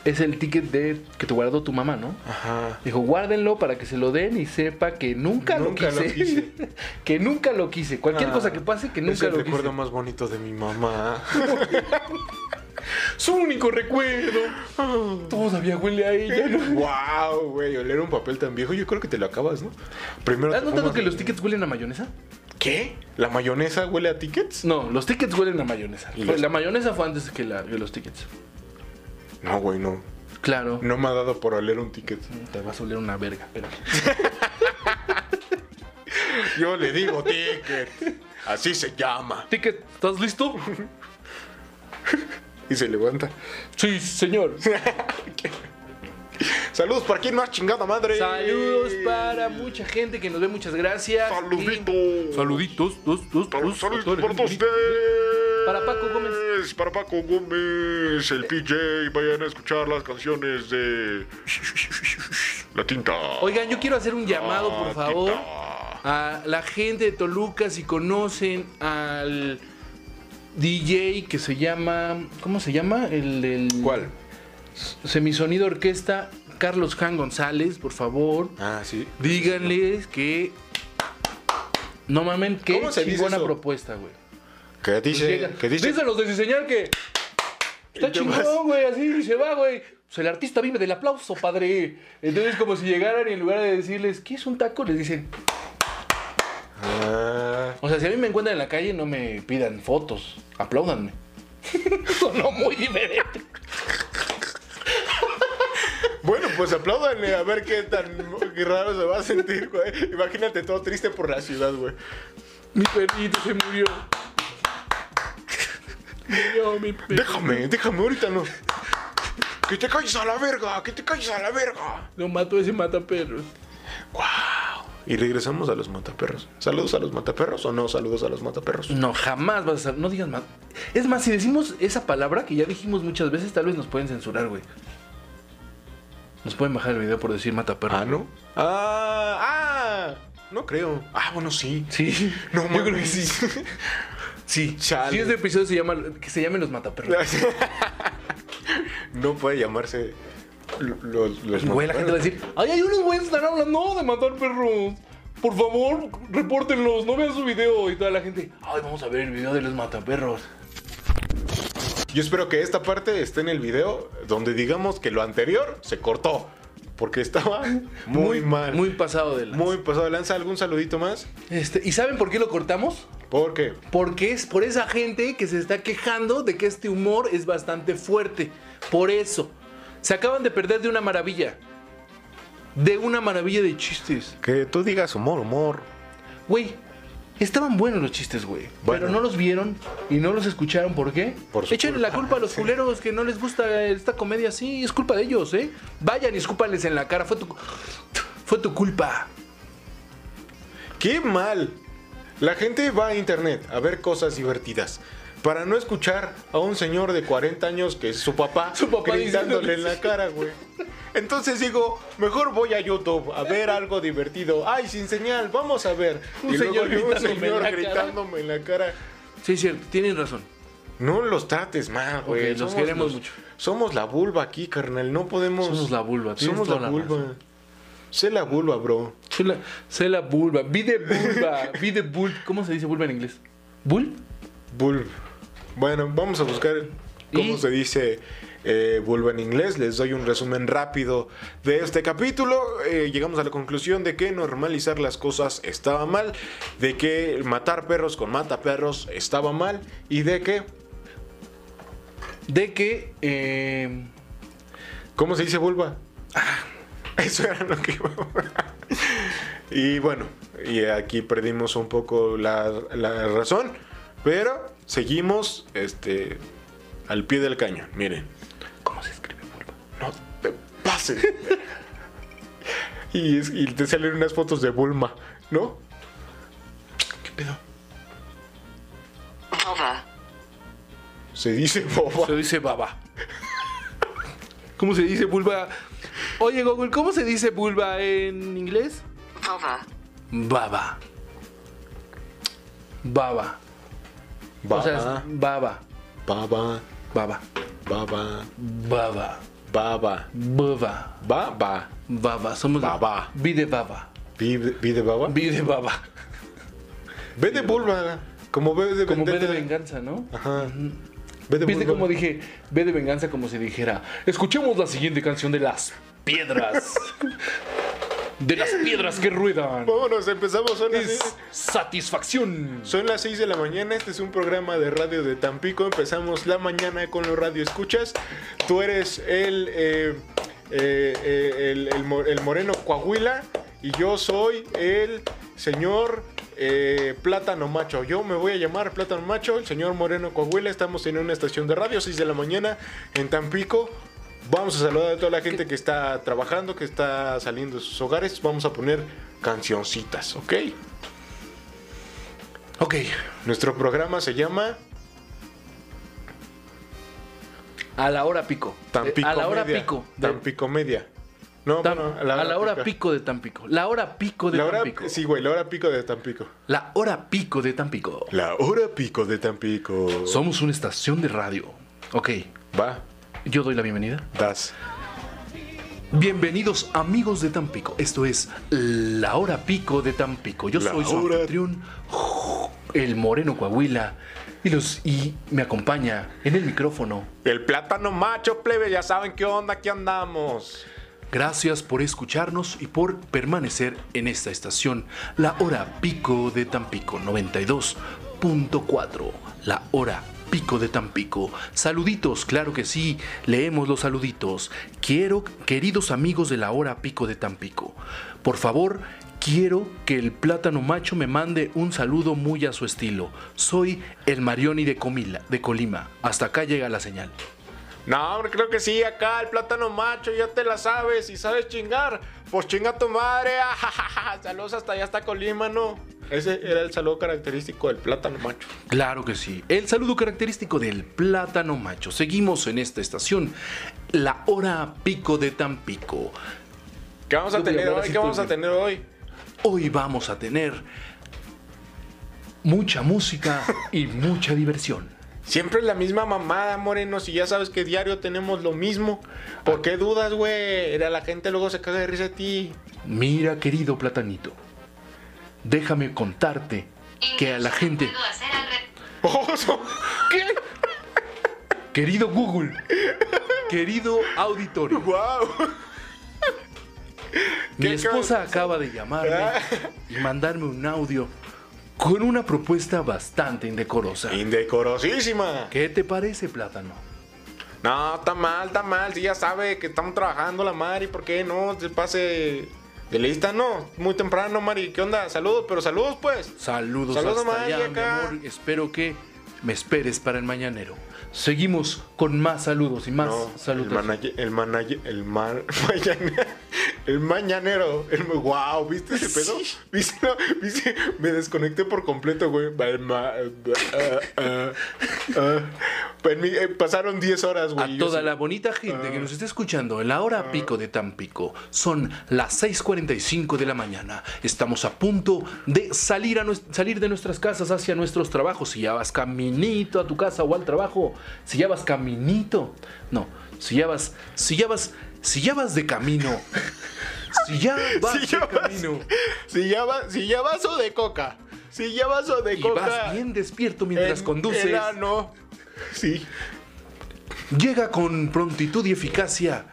Es el ticket de que te guardó tu mamá, ¿no?
Ajá.
Dijo, guárdenlo para que se lo den y sepa que nunca,
Nunca
lo
lo
quise. Ah.
quise.
que nunca lo quise. Cualquier cosa que pase, que nunca
es el
lo quise.
recuerdo más bonito de mi mamá.
Su único recuerdo. Todavía huele a ella, ¿no?
wow, güey, oler un papel tan viejo, yo creo que te lo acabas, ¿no? Primero
¿Has
te
notado
fumas-
que los tickets huelen a mayonesa?
¿Qué? ¿La mayonesa huele a tickets?
No, los tickets huelen a mayonesa.
¿Y los-
La mayonesa fue antes que, la- que los tickets.
No, güey, no.
Claro.
No me ha dado por oler un ticket.
Te vas a oler una verga, pero.
Yo le digo ticket. Así se llama.
Ticket, ¿estás listo?
Y se levanta.
sí, señor.
Saludos para quien más chingada madre.
Saludos para mucha gente que nos ve, muchas gracias.
Saluditos.
Y- Saluditos, dos, dos, dos,
Saludos
dos,
por
dos.
ustedes.
Para Paco Gómez.
Para Paco Gómez, el PJ. Vayan a escuchar las canciones de La Tinta.
Oigan, yo quiero hacer un llamado, por
La
favor,
Tinta.
a la gente de Toluca, si conocen al DJ que se llama. ¿Cómo se llama? El del.
¿Cuál?
Semisonido Orquesta, Carlos Jan González, por favor.
Ah, sí.
Díganles que. No mamen, que
¿Cómo se dice
chingona
eso?
propuesta, güey.
¿Qué dice?
Pues Llega-
¿Qué dice?
Díselos de diseñar que. Está
¿Qué más?
chingón, güey, así y se va, güey. Pues el artista vive del aplauso, padre. Entonces, como si llegaran y en lugar de decirles, ¿qué es un taco? Les dicen.
Ah,
O sea, si a mí me encuentran en la calle, no me pidan fotos. Apláudanme. Sonó muy diferente.
bueno, pues apláudanle a ver qué tan qué raro se va a sentir, güey. Imagínate todo triste por la ciudad, güey.
Mi perrito se murió. Murió mi perrito.
Déjame, déjame, ahorita no. Que te calles a la verga, que te calles a la verga.
Lo mató ese mataperros.
Y regresamos a los mataperros. ¿Saludos a los mataperros o no saludos a los mataperros?
No, jamás vas a sal- No digas más. Es más, si decimos esa palabra que ya dijimos muchas veces, tal vez nos pueden censurar, güey. Nos pueden bajar el video por decir mata perro.
Ah, ¿no? Ah, ah, no creo. Ah, bueno, sí.
Sí.
No,
yo creo que
mames.
sí. Sí,
Chale.
sí, este episodio se llama que se llamen los mataperros.
no puede llamarse lo- lo- los
Güey, la gente va a decir, ay, hay unos güeyes que están hablando de matar perros. Por favor, repórtenlos, no vean su video. Y toda la gente, ay, vamos a ver el video de los mataperros.
Yo espero que esta parte esté en el video donde digamos que lo anterior se cortó. Porque estaba muy, mal. Muy,
Muy pasado de la.
pasado de lanza. ¿Algún saludito más?
Este, ¿Y saben por qué lo cortamos?
Porque
Porque es por esa gente que se está quejando de que este humor es bastante fuerte. Por eso. Se acaban de perder de una maravilla. De una maravilla de chistes.
que tú digas humor, humor.
Güey, estaban buenos los chistes, güey.
Bueno.
Pero no los vieron y no los escucharon. ¿Por qué?
Por su
Échenle la
culpa.
culpa a los culeros que no les gusta esta comedia así. Es culpa de ellos, ¿eh? Vayan y escúpanles en la cara. Fue tu, fue tu culpa.
¡Qué mal! La gente va a internet a ver cosas divertidas. Para no escuchar a un señor de 40 años que es su papá,
Su papá
gritándole
diciéndole-
en la cara, güey. Entonces digo, mejor voy a YouTube a ver algo divertido. ¡Ay, sin señal! Vamos a ver.
Un
y luego
señor
hay un
gritándome en
señor
la cara.
gritándome en la cara.
Sí, es cierto. Tienen razón.
No los trates mal, güey.
Ok, los
Somos
queremos mucho.
Somos la vulva aquí, carnal. No podemos.
Somos la vulva, tienes
Somos
toda
la
la
vulva.
razón.
Sé la vulva, bro.
Sé la, sé la vulva. Vi de vulva. Vi de vulva. ¿Cómo se dice vulva en inglés? ¿Bull?
Bulb. Bueno, vamos a buscar cómo
¿Y?
se dice eh, vulva en inglés. Les doy un resumen rápido de este capítulo. Eh, llegamos a la conclusión de que normalizar las cosas estaba mal, de que matar perros con mataperros estaba mal y de que,
De que... eh,
¿cómo se dice vulva? Ah, Eso era lo que iba a- Y bueno, y aquí perdimos un poco la, la razón, pero seguimos este, al pie del cañón. Miren.
¿Cómo se escribe vulva?
No te pases. y, es- y te salen unas fotos de Bulma, ¿no? ¿Qué pedo?
Boba.
Se dice boba.
Se dice baba. ¿Cómo se dice vulva? Oye, Google, ¿cómo se dice vulva en inglés?
Boba.
Baba. Baba.
Baba,
O sea, es baba.
baba,
Baba.
baba,
Baba.
baba,
Baba.
baba.
Baba. Somos...
Baba.
Vi de baba.
¿Vi, vi de baba?
Vi de baba.
Ve de Bulma. Como ve de
Como ve de
vendetta.
venganza, ¿no?
Ajá. Ve de
¿Viste
Bulma.
como dije? Ve de venganza como si dijera. Escuchemos la siguiente canción de las piedras. de las piedras que ruedan.
Vámonos, empezamos. Son las, seis,
Satisfacción.
son las seis de la mañana. Este es un programa de radio de Tampico. Empezamos la mañana con los radio escuchas. Tú eres el, eh, eh, eh, el, el mo- el moreno Coahuila y yo soy el señor eh, Plátano Macho. Yo me voy a llamar Plátano Macho, el señor Moreno Coahuila. Estamos en una estación de radio, 6 de la mañana en Tampico. Vamos a saludar a toda la gente que está trabajando, que está saliendo de sus hogares. Vamos a poner cancioncitas, ¿ok?
Ok.
Nuestro programa se llama
A la hora pico. Eh,
Tampico
a la hora
Media.
pico. de-
Tampico Media. No,
Tam-
bueno,
a la hora, pico. de Tampico. La hora pico de
La hora,
Tampico.
sí, güey, la hora pico de Tampico.
La hora pico de Tampico.
La hora pico de Tampico.
Somos una estación de radio. Ok.
Va,
Yo doy la bienvenida.
das.
Bienvenidos amigos de Tampico. Esto es La Hora Pico de Tampico. Yo
La
soy su
Hora-
anfitrión, el Moreno Coahuila, y los y me acompaña en el micrófono.
El plátano macho, plebe, ya saben qué onda, aquí andamos.
Gracias por escucharnos y por permanecer en esta estación, La Hora Pico de Tampico 92.4. La Hora Pico de Tampico. Saluditos, claro que sí, leemos los saluditos. Quiero, queridos amigos de La Hora Pico de Tampico, por favor, quiero que el plátano macho me mande un saludo muy a su estilo. Soy el Marioni de, Comila, de Colima. Hasta acá llega la señal.
No, hombre, creo que sí, acá el plátano macho, ya te la sabes, y sabes chingar, pues chinga tu madre. ah, ajajaja, Saludos hasta allá, hasta Colima, ¿no? Ese era el saludo característico del plátano macho.
Claro que sí. El saludo característico del plátano macho. Seguimos en esta estación, la hora pico de Tampico.
¿Qué vamos a
Yo voy a
tener
hablar
hoy?
así
¿Qué
todo
vamos a
el
tener hoy?
Hoy vamos a tener mucha música y mucha diversión.
Siempre es la misma mamada, Moreno. Si ya sabes que diario tenemos lo mismo. ¿Por qué dudas, güey? Era La gente luego se caga de risa a ti.
Mira, querido platanito, déjame contarte que a la gente,
Puedo hacer al re-
Oso. ¿Qué?
querido Google, querido auditorio,
¡Guau! ¿Qué acaba
mi
de
esposa acaba de llamarme y mandarme un audio con una propuesta bastante indecorosa.
Indecorosísima.
¿Qué te parece, plátano?
No, está mal, está mal. Si ya sabe que estamos trabajando la Mari, ¿por qué no se pase de lista? No, muy temprano, Mari. ¿Qué onda? Saludos, pero saludos, pues.
Saludos,
Saludos,
hasta
Mari,
allá, mi
acá.
amor. Espero que me esperes para el mañanero. Seguimos con más saludos y más
No, el
saludos.
manager, el manager, el man- mañana- el mañanero, el wow, ¿viste ese pedo? ¿Viste, no? ¿Viste? Me desconecté por completo, güey. El ma- ah, ah, ah. En mi- eh, pasaron 10 horas, güey.
A
Yo Ah.
toda
sí-
la bonita gente que nos está escuchando en la hora
Ah.
pico de Tampico. Son las 6.45 de la mañana. Estamos a punto de salir, a nues- salir de nuestras casas hacia nuestros trabajos. Si ya vas caminito a tu casa o al trabajo. Si ya vas caminito. No, si ya vas, si ya vas, si ya vas de camino. Si ya vas
Si ya
de
vas-
camino.
Si ya, va, si ya vaso de coca. Si ya vaso de
Y
coca.
vas bien despierto mientras
en
conduces.
el ano. Sí.
Llega con prontitud y eficacia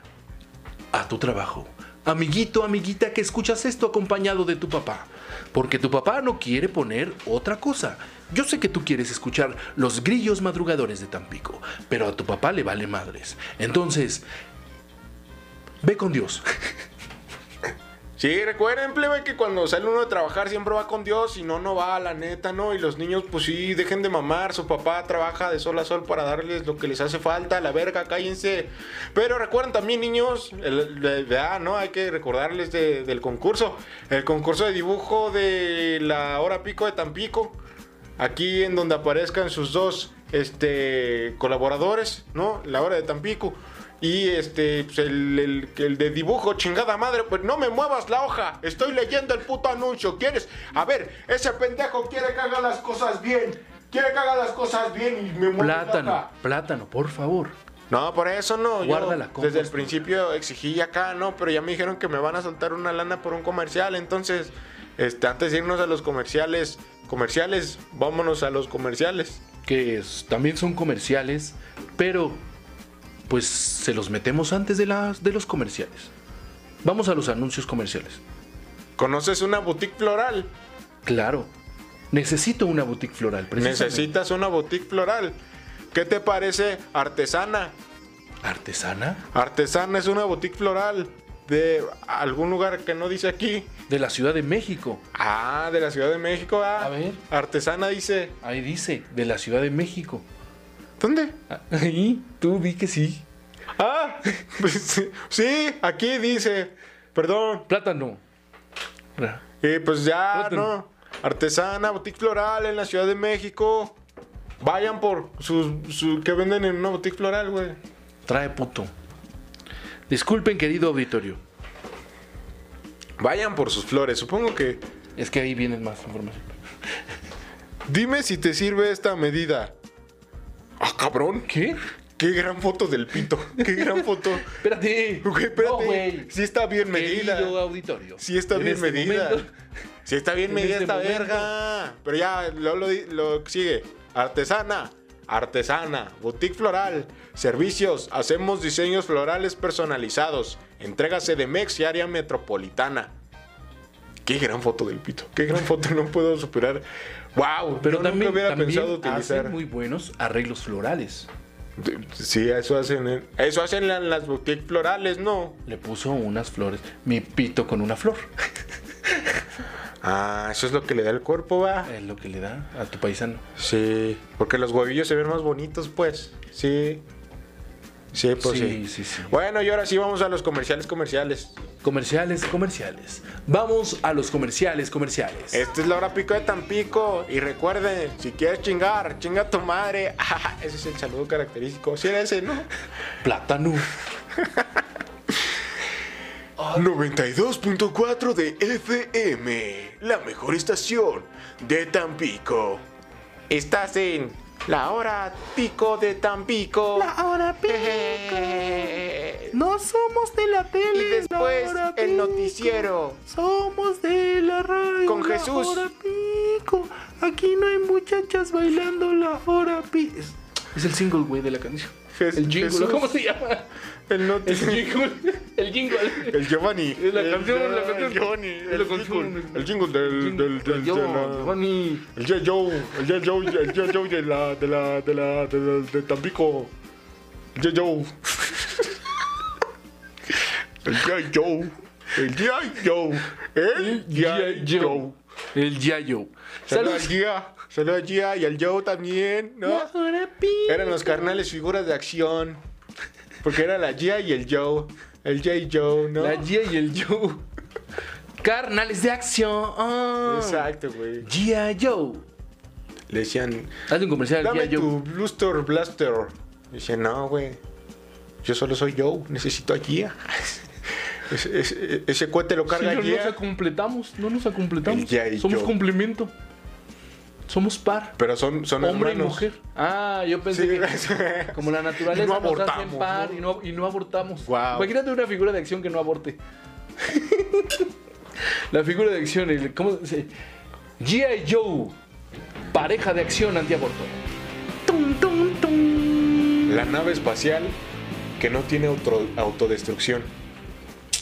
a tu trabajo. Amiguito, amiguita, que escuchas esto acompañado de tu papá. Porque tu papá no quiere poner otra cosa. Yo sé que tú quieres escuchar los grillos madrugadores de Tampico, pero a tu papá le vale madres. Entonces, ve con Dios.
Sí, recuerden, plebe, que cuando sale uno a trabajar siempre va con Dios, si no, no va, la neta, ¿no? Y los niños, pues sí, dejen de mamar, su papá trabaja de sol a sol para darles lo que les hace falta, la verga, cállense. Pero recuerden también, niños, el- el- ah, ¿no? Hay que recordarles de- del concurso, el concurso de dibujo de la hora pico de Tampico, aquí en donde aparezcan sus dos este, colaboradores, ¿no? La hora de Tampico. Y este, pues, el, el- el de dibujo, chingada madre, pues no me muevas la hoja. Estoy leyendo el puto anuncio. ¿Quieres? A ver, ese pendejo quiere que haga las cosas bien. Quiere que haga las cosas bien y me mueve la
Plátano,
hoja.
plátano, por favor.
No, por eso no. Yo
Guarda
desde
la
el
composta.
principio exigí acá, no, pero ya me dijeron que me van a soltar una lana por un comercial. Entonces, este, antes de irnos a los comerciales, comerciales, vámonos a los comerciales.
que es- también son comerciales, pero pues se los metemos antes de, las, de los comerciales. Vamos a los anuncios comerciales.
¿Conoces una boutique floral?
Claro, necesito una boutique floral. precisamente.
Necesitas una boutique floral. ¿Qué te parece artesana?
¿Artesana?
Artesana es una boutique floral de algún lugar que no dice aquí.
De la Ciudad de México.
Ah, de la Ciudad de México. Ah,
A ver.
Artesana dice.
Ahí dice, de la Ciudad de México.
¿Dónde?
Ahí, tú vi que sí.
Ah, pues, sí, aquí dice. Perdón.
Plátano.
Y pues ya,
Plátano.
¿no? Artesana, boutique floral en la Ciudad de México. Vayan por sus, su- que venden en una boutique floral, güey.
Trae puto. Disculpen, querido auditorio.
Vayan por sus flores. Supongo que
Es que ahí vienen más información.
Dime si te sirve esta medida. Ah, cabrón.
¿Qué?
Qué gran foto del pito. Qué gran foto.
Espérate.
Güey,
No,
espérate.
güey.
Si está bien medida.
Querido auditorio.
Si está
en
bien
este
medida.
momento-
Si está bien
en
medida
este
esta
momento-
verga. Pero ya, lo, lo, lo que sigue. Artesana. Artesana, boutique floral, servicios, hacemos diseños florales personalizados, entrega CDMX y área metropolitana. Qué gran foto del pito, qué gran foto, no puedo superar. Wow,
Pero
yo
también,
nunca hubiera
también
pensado utilizar.
hacen muy buenos arreglos florales.
Sí, eso hacen en, eso hacen la- las boutiques florales, ¿no?
Le puso unas flores. Mi pito con una flor.
Ah, eso es lo que le da el cuerpo, va.
Es lo que le da a tu paisano.
Sí, porque los huevillos se ven más bonitos, pues. Sí. Sí, pues sí.
Sí, sí, sí.
Bueno, y ahora sí vamos a los comerciales comerciales.
Comerciales, comerciales. Vamos a los comerciales, comerciales.
Esta es la hora pico de Tampico. Y recuerden, si quieres chingar, chinga a tu madre. Ah, ese es el saludo característico. Sí era ese, ¿no?
Plátano.
Ah. 92.4 de FM, la mejor estación de Tampico. Estás en la hora pico de Tampico.
Ahora
Eh,
No somos de la tele.
Y después
la hora
el
pico.
noticiero.
Somos de la radio.
Con
la
Jesús.
hora pico. Aquí no hay muchachas bailando la hora pico.
Es el single, güey, de la canción.
Jes-
el jingle,
Jesús.
¿cómo se llama?
El
El
noticiero.
jingle. El jingle.
El Giovanni.
Es la canción, la canción.
El Giovanni.
Es
El
la canción.
jingle. El jingle del. del, del-
Yo,
de la-
Giovanni.
El J. Joe. El J. Joe. El J. Joe de la. de la. de la. de, la- de Tampico. El J. Joe. El J. Joe. El J. Joe. El J. Joe.
El Yayo.
Saludos a
Saludos.
Gia. Saludos a Gia y al Joe también, ¿no?
La hora pico.
Eran los carnales figuras de acción. Porque era la Gia y el Joe. El J. Joe, ¿no?
La Gia y el Joe. Carnales de acción.
Exacto, güey.
Gia Joe.
Le decían,
Hazle un comercial al
dame
Gia Joe.
tu Bluster Blaster. Le decían, no, güey. Yo solo soy Joe, necesito a Gia. Ese, ese- ese cohete lo
Sí,
carga
no
Gia.
nos completamos, no nos acompletamos.
El Gia y
Somos
Joe.
complemento. Somos par.
Pero son, son
Hombre
hermanos.
y mujer. Ah, yo pensé
Sí,
que. Como la naturaleza
Y no
nos hace
abortamos,
en par
¿no?
y, no, y no abortamos.
Guau.
Imagínate una figura de acción que no aborte. la figura de acción, el, ¿cómo se dice? G.I. Joe, pareja de acción antiaborto.
Tum, tum, tum.
La nave espacial que no tiene auto- autodestrucción.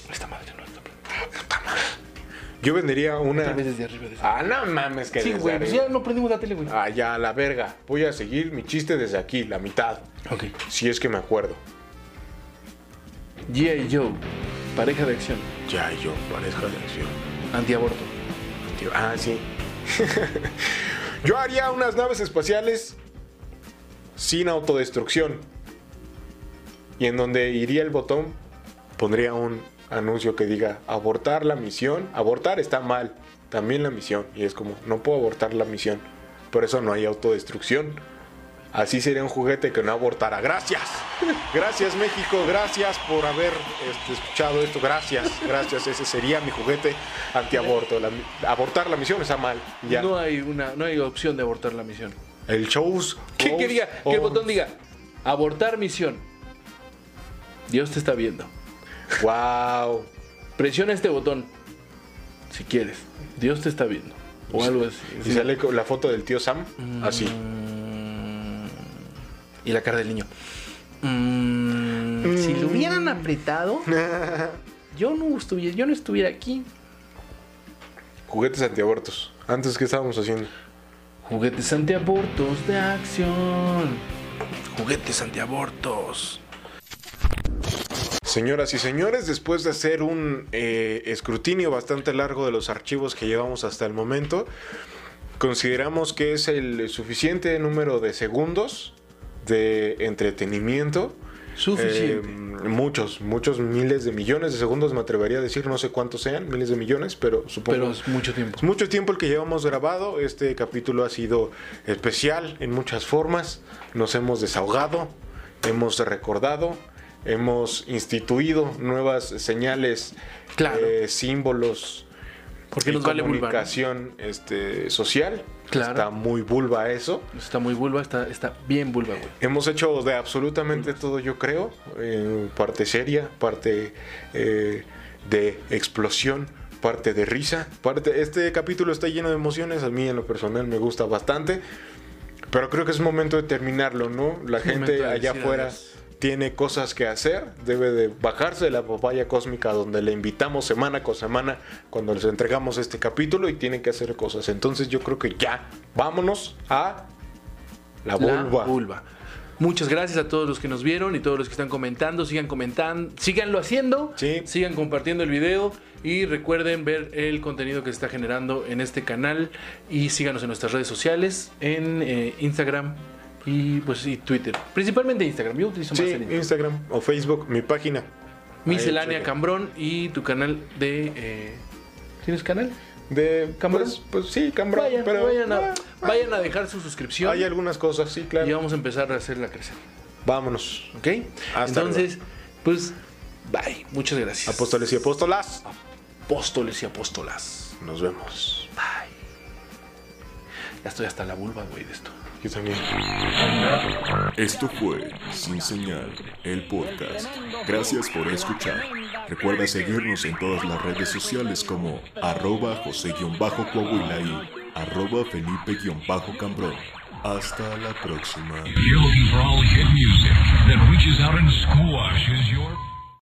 Esta madre no está prendida.
Yo vendería
Otra
una.
vez desde arriba. Desde...
Ah, no mames, que
sí,
desde
güey, pues
arriba.
ya no prendimos la tele, güey.
Ah, ya, la verga. Voy a seguir mi chiste desde aquí, la mitad.
Ok.
Si es que me acuerdo.
G.I. Joe, pareja de acción
Ya, yo, parezco de acción.
antiaborto.
Tío, Ah, sí. Yo haría unas naves espaciales sin autodestrucción. Y en donde iría el botón, pondría un anuncio que diga abortar la misión. Abortar está mal. También la misión. Y es como, no puedo abortar la misión. Por eso no hay autodestrucción. Así sería un juguete que no abortara. Gracias. Gracias México. Gracias por haber este, escuchado esto. Gracias. Gracias. Ese sería mi juguete antiaborto. La mi- abortar la misión está mal. Ya.
No hay una, no hay opción de abortar la misión.
El shows.
Que, que
goes
diga, que el
on.
botón diga, abortar misión. Dios te está viendo.
Wow.
Presiona este botón. Si quieres. Dios te está viendo. O algo así.
Y sale con la foto del tío Sam.
Mm.
Así.
Y la cara del niño. Mm, Si lo hubieran apretado, yo no estuviera, yo no estuviera aquí.
Juguetes antiabortos. Antes, ¿qué estábamos haciendo?
Juguetes antiabortos de acción. Juguetes antiabortos.
Señoras y señores, después de hacer un eh, escrutinio bastante largo de los archivos que llevamos hasta el momento, consideramos que es el suficiente número de segundos de entretenimiento.
Suficiente.
Eh, muchos, muchos miles de millones de segundos, me atrevería a decir, no sé cuántos sean, miles de millones, pero supongo.
pero es mucho tiempo.
Es mucho tiempo el que llevamos grabado. Este capítulo ha sido especial en muchas formas. Nos hemos desahogado, hemos recordado, hemos instituido nuevas señales,
Claro.
eh, símbolos
Porque
y
nos vale vulva. ¿no?
comunicación este, social.
Claro.
Está muy vulva eso.
Está muy vulva, está, está bien vulva, güey.
Hemos hecho de absolutamente
Mm.
todo, yo creo. Eh, parte seria, parte eh, de explosión, parte de risa. Parte, este capítulo está lleno de emociones. A mí en lo personal me gusta bastante. Pero creo que es momento de terminarlo, ¿no? La gente
momento de
allá
decir
afuera
adiós.
tiene cosas que hacer. Debe de bajarse de la papaya cósmica donde le invitamos semana con semana cuando les entregamos este capítulo y tienen que hacer cosas. Entonces yo creo que ya, vámonos a... La
La
vulva.
vulva. Muchas gracias a todos los que nos vieron y todos los que están comentando. Sigan comentando, síganlo haciendo,
Sí.
sigan compartiendo el video y recuerden ver el contenido que se está generando en este canal y síganos en nuestras redes sociales, en eh, Instagram y pues y Twitter. Principalmente Instagram, yo utilizo más
Sí,
el Instagram.
Instagram o Facebook, mi página.
Miscelánea
Ahí, chido.
Cambrón y tu canal de... eh, ¿Tienes canal?
De
¿Cambrón?
Pues, pues sí, Cambrón.
vayan,
pero
vayan, a,
ah,
vayan a dejar su suscripción
hay algunas cosas, sí,
y
claro.
vamos a empezar a hacerla crecer.
Vámonos.
¿Ok?
Hasta
Entonces, pues Bye. Muchas gracias.
Apóstoles y apóstolas,
Apóstoles y apóstolas.
nos vemos.
Ya estoy hasta la vulva, güey, de esto.
Yo también.
Esto fue Sin Señal, el podcast. Gracias por escuchar. Recuerda seguirnos en todas las redes sociales como arroba José-Coahuila y arroba Felipe-Cambrón. Hasta la próxima.
You're looking for all hit music that reaches out and squashes your...